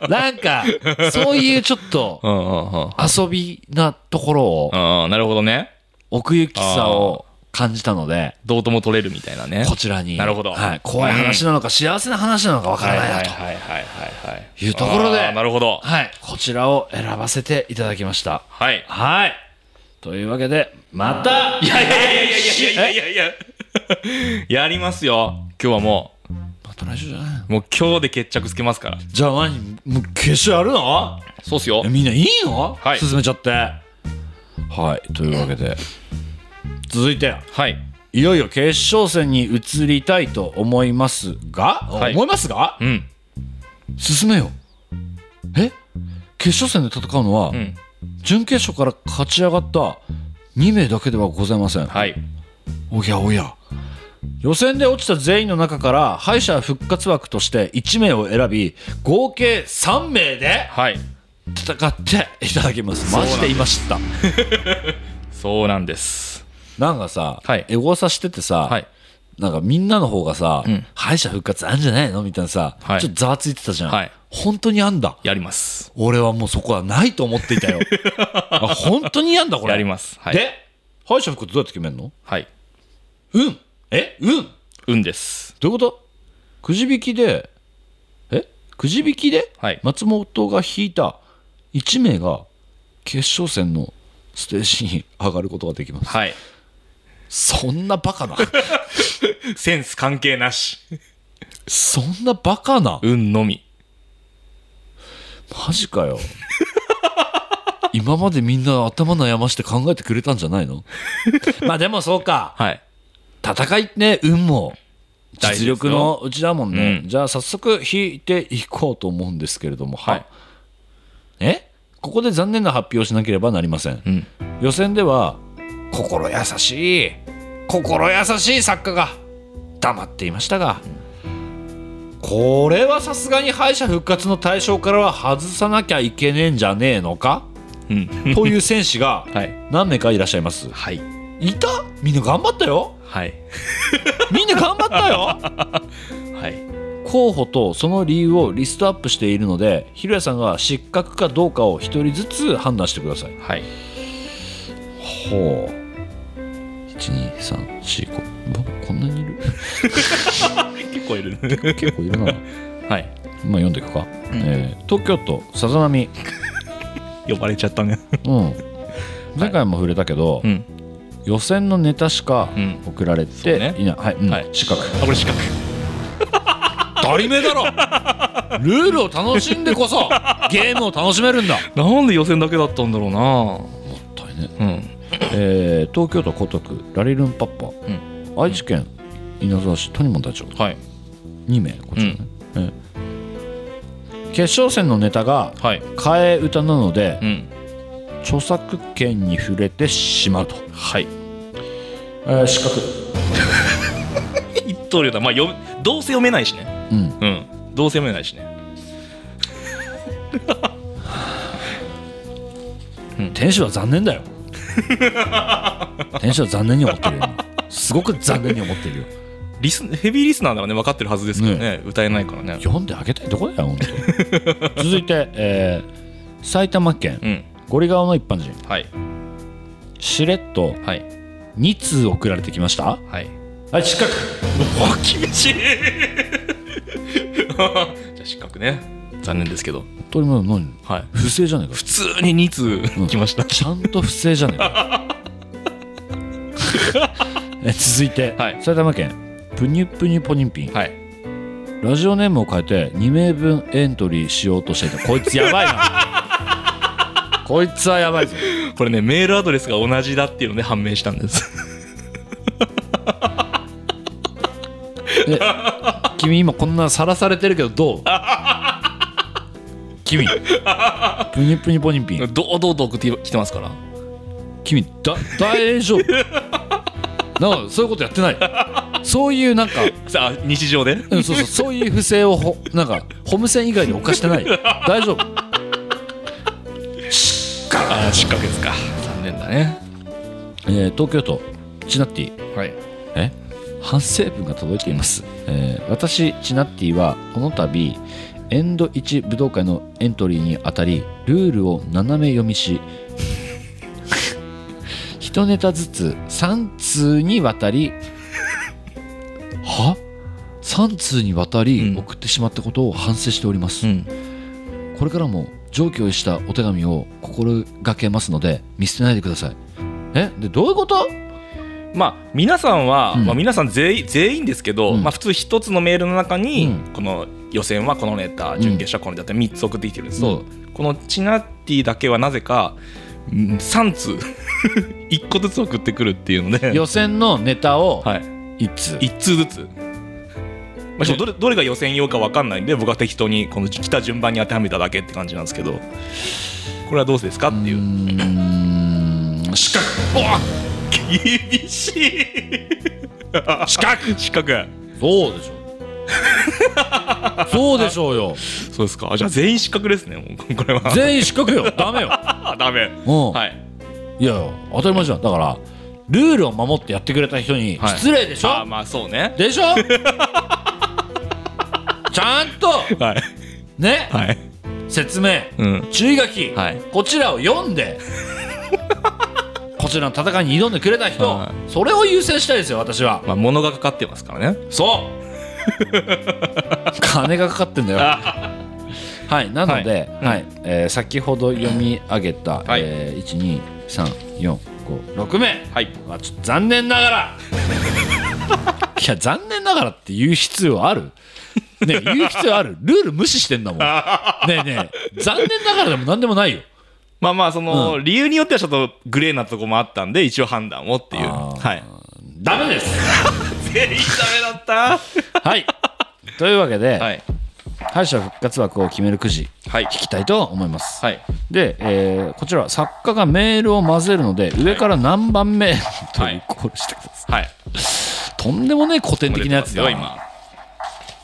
う なんかそういうちょっとうんうんうん。遊びなところをああ、なるほどね。奥行きさを感じたのでどうとも取れるみたいなね。こちらになるほどはい、怖い話なのか幸せな話なのかわからないなとはいはいはいはいいうところであーなるほど。はい、こちらを選ばせていただきました。はい。はい。というわけで、また、いやいやいやいいやいやいや。 やりますよ。今日はもまた来週じゃないのう、もう今日で決着つけますから。じゃあ何もう決勝やるのそうっすよえ。みんないいの、はい進めちゃって。はい、というわけで、続いて、はい。いよいよ決勝戦に移りたいと思いますが、い思いますがうん。進めよ。え決勝戦で戦うのは、ん準決勝から勝ち上がった2名だけではございません。はい。おやおや予選で落ちた全員の中から敗者復活枠として1名を選び合計3名ではい。戦っていただきますマジで今知ったなそうなんです。んかさ、はいエゴサしててさ、はい。なんかみんなの方がさ、ん敗者復活あんじゃないのみたいなさ、はいちょっとざわついてたじゃん、はい本当にあんだやります。俺はもうそこはないと思っていた よあ本当にやんだこれやります。はい。で敗者復活どうやって決めるのはい。うんえうん運です。どういうことくじ引きでえくじ引きで、はい松本が引いた1名が決勝戦のステージに上がることができますはい。そんなバ カなセンス関係なし。そんなバカな運のみ。マジかよ今までみんな頭悩まして考えてくれたんじゃないの まあでもそうかはい。戦いって運も大事です実よ力のうちだもんね、うんじゃあ早速引いていこうと思うんですけれどもはいえここで残念な発表をしなければなりませんうん。予選では心優しい心優しい作家が黙っていましたがこれはさすがに敗者復活の対象からは外さなきゃいけねえんじゃねえのかうん。という選手がはい。何名かいらっしゃいますはい。いたみんな頑張ったよはい。みんな頑張ったよはい。候補とその理由をリストアップしているのでひろやさんが失格かどうかを一人ずつ判断してくださいはい。ほう1234こんなにいる結構いるね。結構い るなまあはい。読んでいくか、えー東京都さざ 波呼ばれちゃったね。うん前回も触れたけど、うん。予選のネタしかうん送られてうねいない、はい、うんはい失格あ、これ四角。当たり前だろ ルールを楽しんでこそゲームを楽しめるんだなんで予選だけだったんだろうな。大変うん。えー東京都江東区ラリルンパッパ、う愛知県稲沢市谷本隊長はい。 2名こちらね、えー決勝戦のネタがはい。替え歌なのでうん。著作権に触れてしまうと、はい。えー失格一刀両断。まあ、読めどうせ読めないしね。うんうん。どうせ読めないしね。天使は残念だ よ天使は残念に思ってるよすごく残念に思ってるよリス、ヘビーリスナーならね、分かってるはずですけどね。歌えないからね。読んであげたいとこだよ本当続いて、えー埼玉県うん。ゴリ顔の一般人はい。しれっとはい。 2通送られてきましたはい。はい、失格。わ、厳しい じゃあ失格ね。残念ですけど。当たり前だ何はい。不正じゃねえか。普通に2通来ました。ちゃんと不正じゃねえか。 え続いて、はい埼玉県プニュプニュポニンピン、はい。ラジオネームを変えて2名分エントリーしようとしていたこいつやばい なこいつはやばいぞこれねメールアドレスが同じだっていうので判明したんです君今こんなさらされてるけどどう君プニュプニュポニンピン堂々と送ってきてますから 君だ大丈夫なんかそういうことやってないそういうなんか、さあ日常でうん、 そうそうそういう不正をほなんかホームセン以外に犯してない大丈夫ああ失格ですか残念だねえー東京都チナッティはいえ反省文が届いています、えー私チナッティはこの度エンド1武道会のエントリーにあたりルールを斜め読みし1ネタずつ3通にわたりは3通にわたり送ってしまったことを反省しております、んこれからも上記をしたお手紙を心がけますので見捨てないでくださいえでどういうことまあ皆さんは、うんまあ、皆さん全員全員ですけど、うんまあ、普通一つのメールの中に、うんこの予選はこのネタ準決勝はこのネタって3つ送ってきてるんですけど、うこのチナッティだけはなぜかうん3通1個ずつ送ってくるっていうので、予選のネタをはい、いつ1通ずつ、まあ、ちょっとどれどれが予選用か分かんないんで僕は適当にこの来た順番に当てはめただけって感じなんですけどこれはどうですかっていううーん失格厳しい 失格失格そうでしょう そうでしょうよそうですかあじゃあ全員失格ですねもうこれは全員失格よダメよ、 あダメうんはいい、やいや当たり前じゃんだからルールを守ってやってくれた人にはい失礼でしょ、あまあそう ねでしょ ちゃんとはいね、はい説明うん注意書き、はいこちらを読ん でこちらの戦いに挑んでくれた人、はそれを優先したいですよ私はまあ物がかかってますからねそう 金がかか ってんだよはいなので、はいえー先ほど読み上げた、はいえー、12345名はいはちょっと残念なが らいや残念ながらって言う必要あるねえ言う必要あるルール無視してんだも んねえねえ残念ながらでも何でもないよまあまあその、理由によってはちょっとグレーなとこもあったんで一応判断をっていうあーはいダメです 全員ダメだっ はいというわけで、たはい敗者復活枠を決めるくじはい引きたいと思います、はいで、えーこちらは作家がメールを混ぜるので上から何番目とはいいうコールしてくださはいい、とんでもねえ古典的なやつだよな今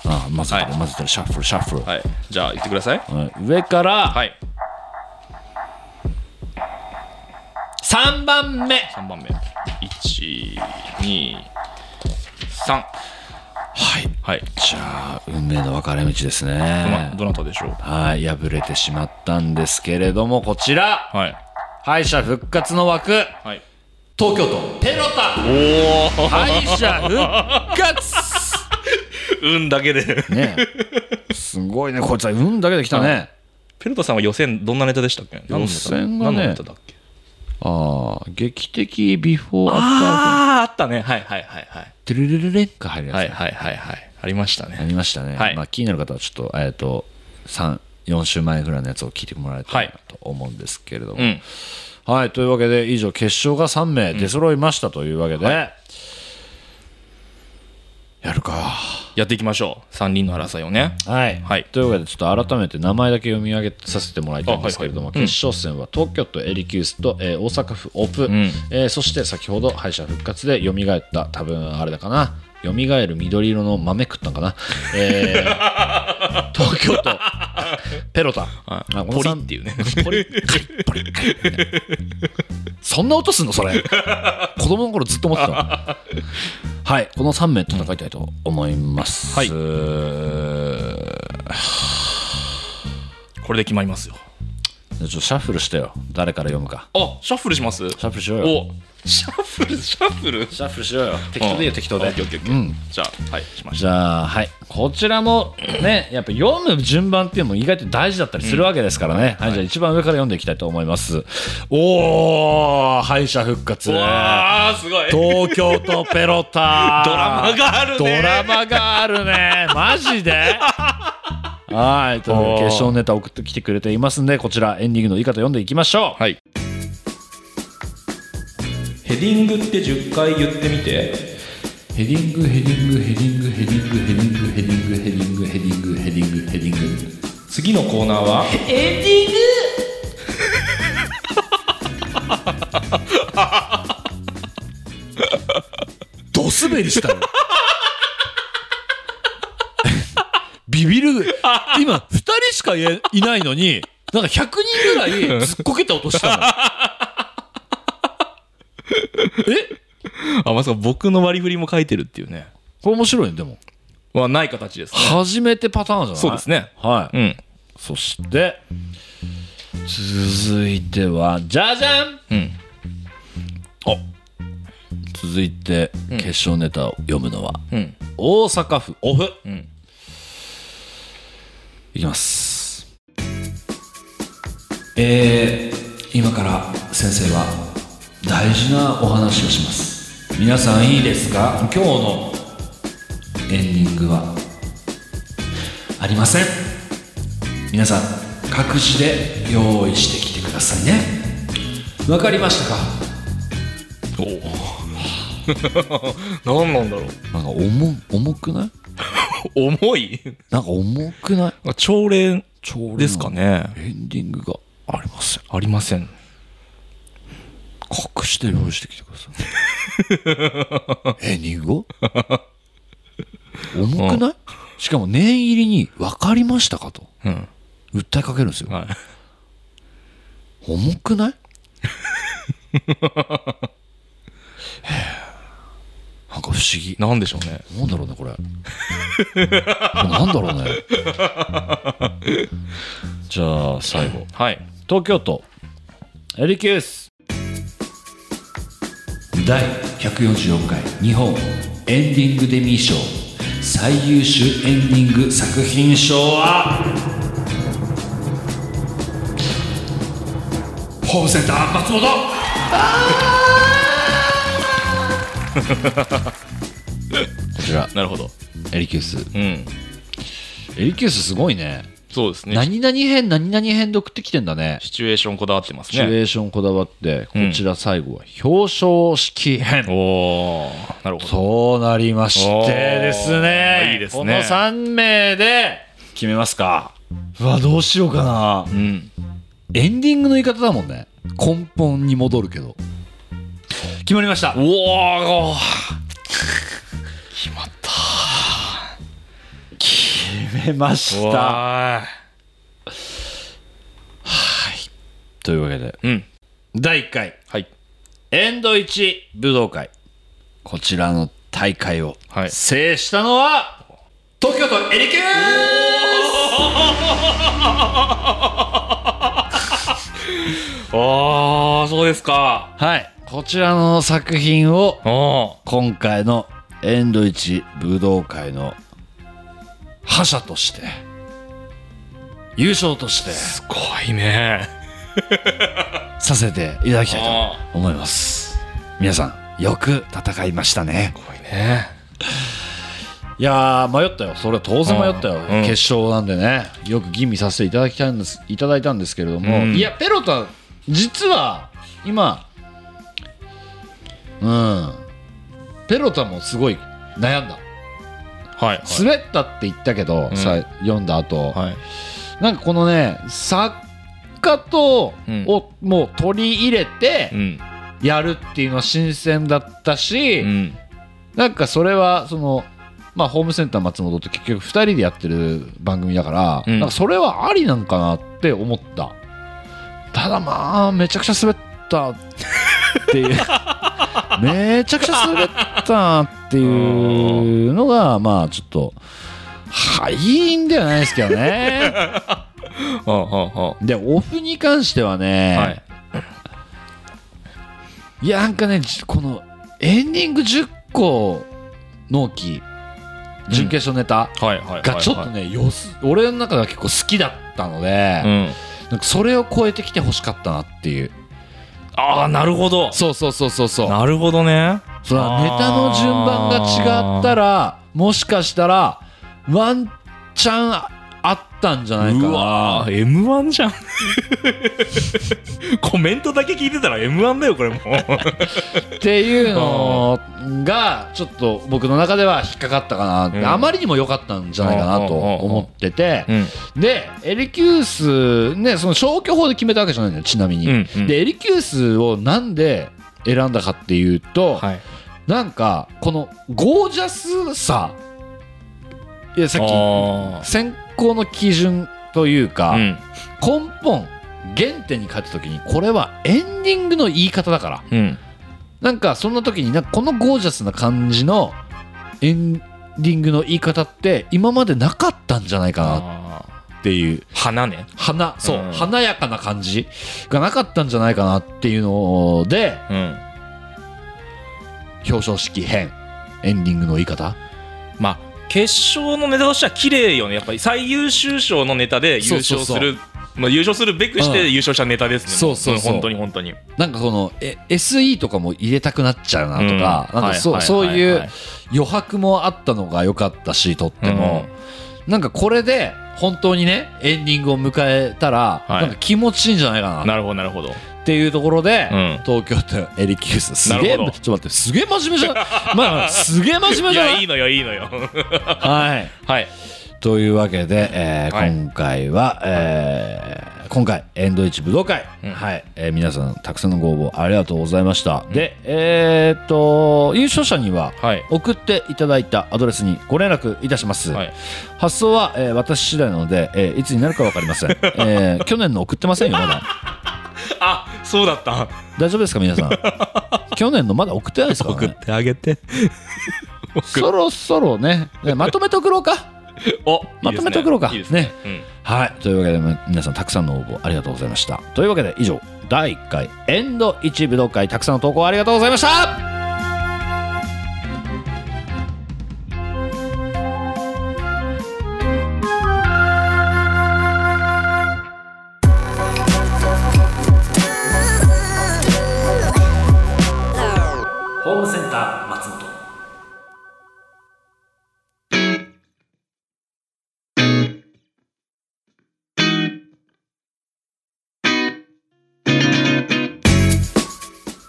ああ混ぜてる、はい混ぜてるシャッフルシャッフル、はいじゃあ言ってくださいはい上からはい3番目3番目123はいはいじゃあ運命の分かれ道ですどなねどなたでしょうはい敗れてしまったんですけれどもこちらはい敗者復活の枠はい東京都ペロタおお敗者復活運だけでねえすごいねこいつは運だけできたね、 ペルトさんは予選どんなネタでしたっけ何のネタ予選がね何のネタだっけああ劇的ビフォーアフターあああったねはいはいはいはいトゥルルルレンが入るやつ、はいはいはいはいありましやたねりましたね、はいまあ、気になる方はちょっと,、えー、と34週前ぐらいのやつを聞いてもらえたらなと思うんですけれども、うはいんというわけで以上決勝が3名出揃いましたというわけで、やるかやっていきましょう三人の争いをねはい、はいというわけでちょっと改めて名前だけ読み上げさせてもらいたいんですけれども、あはいはいうん決勝戦は東京都エリキュースと、えー大阪府オープ、んえーそして先ほど敗者復活で蘇った多分あれだかな蘇る緑色の豆食ったんかな、えー 東京都ペロタああこポのリさんっていうねポリカリポリカリみたいなそんな音すんのそれ子供の頃ずっと思ってたはいこの3名戦いたいと思います、はいこれで決まりますよじゃあちょっとシャッフルしてよ誰から読むかあシャッフルしますシャッフルしようよおシャッフルシャッフルシャッフルしようよ適当でいいよ適当オでッケーオッケーオッケうんーじゃあはいしましじゃあはいこちらも ねやっぱ読む順番っていうのも意外と大事だったりするわけですからね、はいじゃあ一番上から読んでいきたいと思いますおお敗者復活たわあすごいド東京都ペロタ ラマがあるドねラマがあるねマジ ではいということで決勝ネタ送ってきてくれていますんでこちらエンディングの言い方読んでいきましょうはいヘディングって10回言ってみてヘディングヘディングヘディングヘディングヘディングヘディングヘディングヘディングヘディングヘディング次のコーナーはエンディングドスベリしたよビビる。今、二人しかいいないのに、なんか100人ぐらいずっこけた音したの。え あ、まさか僕の割り振りも書いてるっていうね。これ面白いね、でも。はない形ですね。初めてパターンじゃないそうですね。はい。うん。そして、続いては、じゃじゃんうん。続いて、決勝ネタを読むのは、うん。大阪府オフ。うん。いきます。えー、今から先生は大事なお話をします皆さんいいですか今日のエンディングはありません皆さん各自で用意してきてくださいねわかりましたか 何なんだろなう。んか重、重くない重いなんか重くない朝礼朝礼のですかね。エンディングがありません。ありません。隠して用意してきてください。エンディング を重くない、しかも念入りに分かりましたかとうん。訴えかけるんですよ。はい。重く ないなんか不思議。なんでしょうね。なんだろうね、これ。なんだろうね。 じゃあ、最後。はい。東京都エリキュース第144回日本エンディングデミー賞最優秀エンディング作品賞はホームセンター松本こちらなるほど。エリキュースうん。エリキュースすごいねそうですね。何々編何々編で送ってきてんだねシチュエーションこだわってますシチュね。エーションこだわってこうんちら最後は表彰式編、おおなるほど。そうなりましてですねおーいいですねこの3名で決めますかうわどうしようかなうん。エンディングの言い方だもんね根本に戻るけど決まりましたおお決まっ。決めましたたわというわけでーいうん。第1回はい。エンド1武道会こちらの大会をはい制したのは、東京都エリキュああ、そうですか。はいこちらの作品をおお今回のエンド1武道会の覇者として優勝としてすごいね。させていただきたいあと思います皆さんよく戦いましたねーすごいね。いやー迷ったよそれは当然迷ったよ、うん決勝なんでねよく吟味させていただきたいんですいただいたんですけれども、うんいやペロタ実は今うんペロタもすごい悩んだ、はい。滑ったって言ったけど、んさ読んだ後、はい。なんかこのね作家とうんをもう取り入れうてん。やるっていうのは新鮮だったし、うん。なんかそれはその、まあ、ホームセンター松本って結局2人でやってる番組だから、うんなんかそれはありなんかなって思ったただまあめちゃくちゃ滑ったって いうめちゃくちゃ滑ったっていうのがまあちょっと敗因ではないですけど ねああ、あでオフに関してはね、あ、はい。いやなんかねじこのエンディング10個納期準決勝ネタ、はい。はい。がちょっとね、よす俺の中では結構好きだったので、うん。なんかそれを超えてきてほしかったなっていうああ、なるほど。そうそうそうそうそうなるほどね。そのネタの順番が違ったらもしかしたらワンチャンあったんじゃないかうわなー M1 じゃん コメントだけ聞いてたら M1 だよこれもうっていうのがちょっと僕の中では引っかかったかなって、うんあまりにも良かったんじゃないかなと思ってて、んでエリキュースねその消去法で決めたわけじゃないんだよちなみに、うんうんでエリキュースをなんで選んだかっていうと、はいなんかこのゴージャスさいやさっあーき選考の基準というか、うん根本原点に帰った時にこれはエンディングの言い方だからうんなんかそんな時になんかこのゴージャスな感じのエンディングの言い方って今までなかったんじゃないかなあっていうー花ね花そう、うん華やかな感じがなかったんじゃないかなっていうのでうん表彰式編エンディングの言い方まあ決勝のネタとしては綺麗よねやっぱり最優秀賞のネタで優そう勝そうすそうるまあ優勝するべくしうてん優勝したネタですねそうそうそうん本当に本当になんかこのえ SE とかも入れたくなっちゃうなとか,、うんなんかそう,、はいはいそういはうい余白もあったのが良かったしとっても、なんかこれで本当にねエンディングを迎えたら、はいなんか気持ちいいんじゃないかななるほどなるほどっていうところで、うん東京都エリキュースすげえちなょるほっどと待ってすげえ真面目じゃないまあすげえ真面目いじゃなやいいいのよいいのよはいはいというわけで、えーはい今回は、えー今回エンドイッチ武道会、うんはい、えー皆さんたくさんのご応募ありがとうございました、でえーっと優勝者にははい送っていただいたアドレスにご連絡いたします、はい発送は、えー私次第なので、えーいつになるか分かりま せん、えー去年の送ってませんよまだあそうだった大丈夫ですか 皆さん去年のまだ送ってないですから送ねってあげてそろそろねねまとめて送ろうかおまとめて送ろうかいいですねねはい、というわけでま皆さんたくさんの応募ありがとうございました。というわけで以上第1回エンド1武道会たくさんの投稿ありがとうございましたホームセンター松本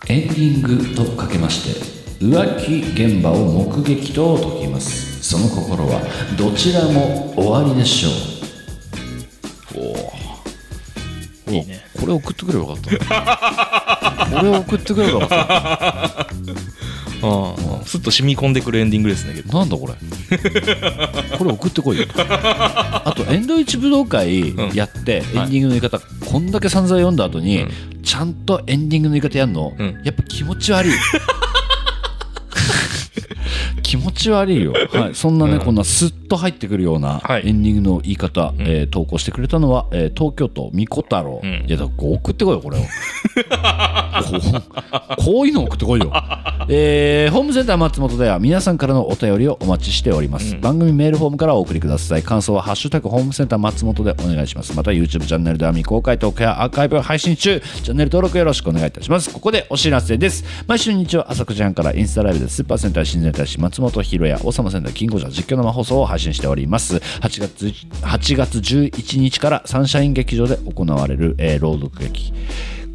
エンディングとかけまして浮気現場を目撃と解きますその心はどちらも終わりでしょうおおいいねこれ送ってくればよかった なこれを送ってくればよかっうんすっと染み込んでくるエンディングですねけどたなんだこれ これ送ってこいよあとエンドイチ武道会やってエンディングの言い方、こんだけ散々読んだ後に、ちゃんとエンディングの言い方やんの、うんやっぱ気持ち悪い気持ち悪いよ、はい、そんなね、うんこんなスッと入ってくるようなはいエンディングの言い方、んえー投稿してくれたのは、えー東京都みこ太郎、うんいやだから送ってこいよこれをこうこういうの送ってこいよ えーホームセンター松本では皆さんからのお便りをお待ちしております、番組メールフォームからお送りください感想は「ハッシュタグホームセンター松本」でお願いしますまた YouTube チャンネルでは未公開トークやアーカイブを配信中チャンネル登録よろしくお願いいたしますここでお知らせです毎週日曜朝9時半からインスタライブでスーパーセンター新鮮大使松本ひろや王様センター金吾者実況生放送を配信しております8月 ,8 月11日からサンシャイン劇場で行われる、えー朗読劇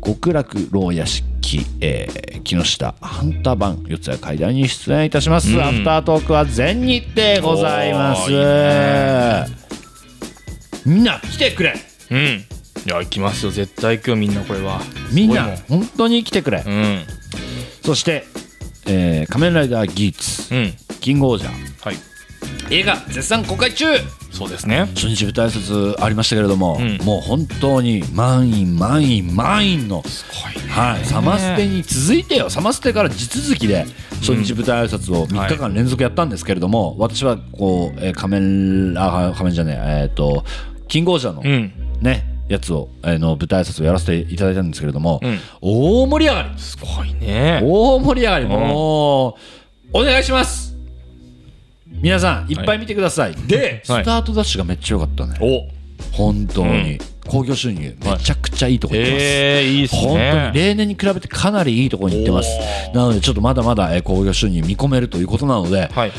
極楽牢屋敷、えー木下ハンター版四谷階段に出演いたします、アフタートークは全日程ございますおーみんな来てくれうんいや行きますよ絶対行くよみんなこれはみんすごない本当に来てくれ、もんうんそして、えー仮面ライダーギーツうんキングオージャーはい映画絶賛公開中そうですね初日舞台挨拶ありましたけれども、うんもう本当に満員満員満員のはい、サマステに続いてよ、サマステから地続きで初日舞台挨拶を3日間連続やったんですけれども、私はこう、えー仮面あ仮面じゃねええー、とキングオージャーの、うんねやつを、えーの舞台挨拶をやらせていただいたんですけれども、うん大盛り上がりすごいね大盛り上がりんもうお願いします皆さんいっぱい見てください、で、はいスタートダッシュがめっちゃ良かったねお本当うにん興行収入めちゃくちゃいいとこ行ってます、えー、いいっす本当にね例年に比べてかなりいいところに行ってますおーなのでちょっとまだまだえー興行収入見込めるということなのではい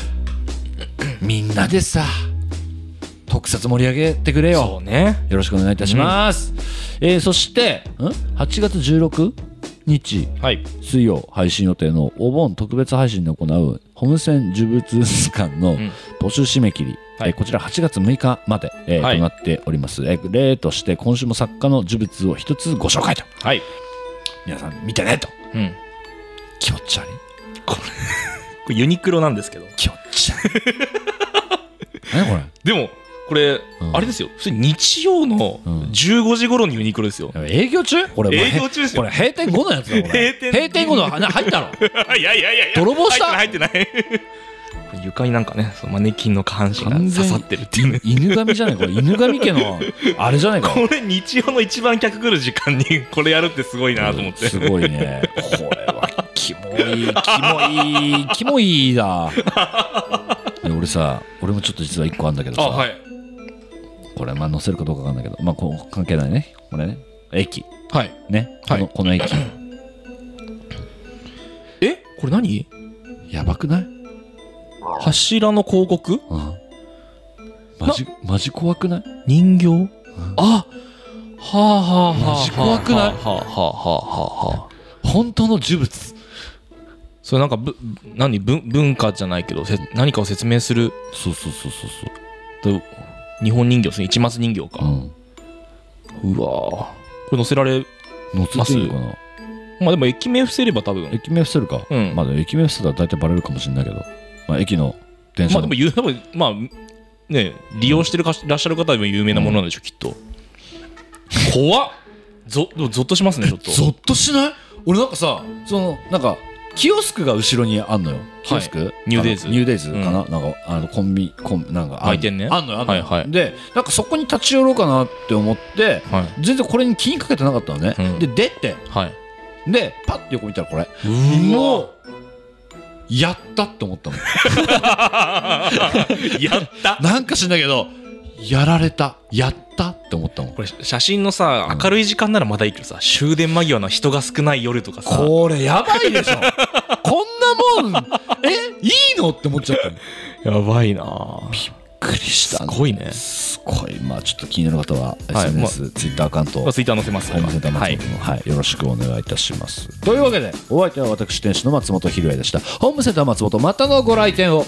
みんなでさ特撮盛り上げてくれそようねよろしくお願いいたします、えーそしてん8月16日はい水曜配信予定のお盆特別配信で行うホームセン呪物館のん募集締め切り、はいえーこちら8月6日まで、えーはいとなっております、えー例として今週も作家の呪物を一つご紹介とはい皆さん見てねとうん気持ち悪いこれユニクロなんですけど気持ち悪い 何これでもこれ、うんあれですよ普通に日曜のうん15時頃にユニクロですよ、営業中これ営業中ですよこれ閉店後のやつだこれ閉店閉店後のな入ったの いやいやいやいや泥棒した入ってない入ってないこれ床になんかねそのマネキンの下半身が刺さってるっていうね犬神じゃないこれ犬神家のあれじゃないかこれ日曜の一番客来る時間に これやるってすごいなと思ってすごいねこれはキモいキモいキモいだで俺さ俺もちょっと実は1個あるんだけどさ、いこれまあ載せるかどうかわかんないけどまあこう関係ないねこれね駅はいね、はいこのこの 駅えこれ何やばくない、柱の広告うん、マジマジ怖くない人形あはあはあはあマジ怖くないはあはあはあはあはあ本当の呪物それなんかぶ何文文化じゃないけどせ何かを説明するそうそうそうそうそうと日本人形ですね市松人形うか、んうわーこれ載せられ乗せていいのかなまあでも駅名伏せれば多分駅名伏せるか、うんまあでも駅名伏せたら大体バレるかもしれないけど、まあ、駅の電ま車あでの、も有多分まあね利用してるかしらっしゃる方でも有名なものなんでしょう、きっと 怖っぞでもゾッとしますねちょっとゾッとしない俺なんかさそのなんかキオスクが後ろにあんのよキオスク、ニューデイズあのニューデイズかな、なんかあのコンビコンなんかあん売店ねあんのよあんのよ、はいはいでなんかそこに立ち寄ろうかなって思ってはい全然これに気にかけてなかったのね、うんで出てはいでパッて横見たらこれうもうやったって思ったのやったなんか知んないけどやられたやったって思ったもんこれ写真のさ明るい時間ならまだいいけどさ終電間際の人が少ない夜とかさこれやばいでし ょこんなもんえいいのって思っちゃったびっやばいなくりしすごいねすごいまあちょっと気になる方ははい SNS、ツイッターアカウントツイッター載せますホームセンター松はい本の、はいよろしくお願いいたしますというわけでお相手は私店主の松本ひるえでしたホームセンター松本またのご来店を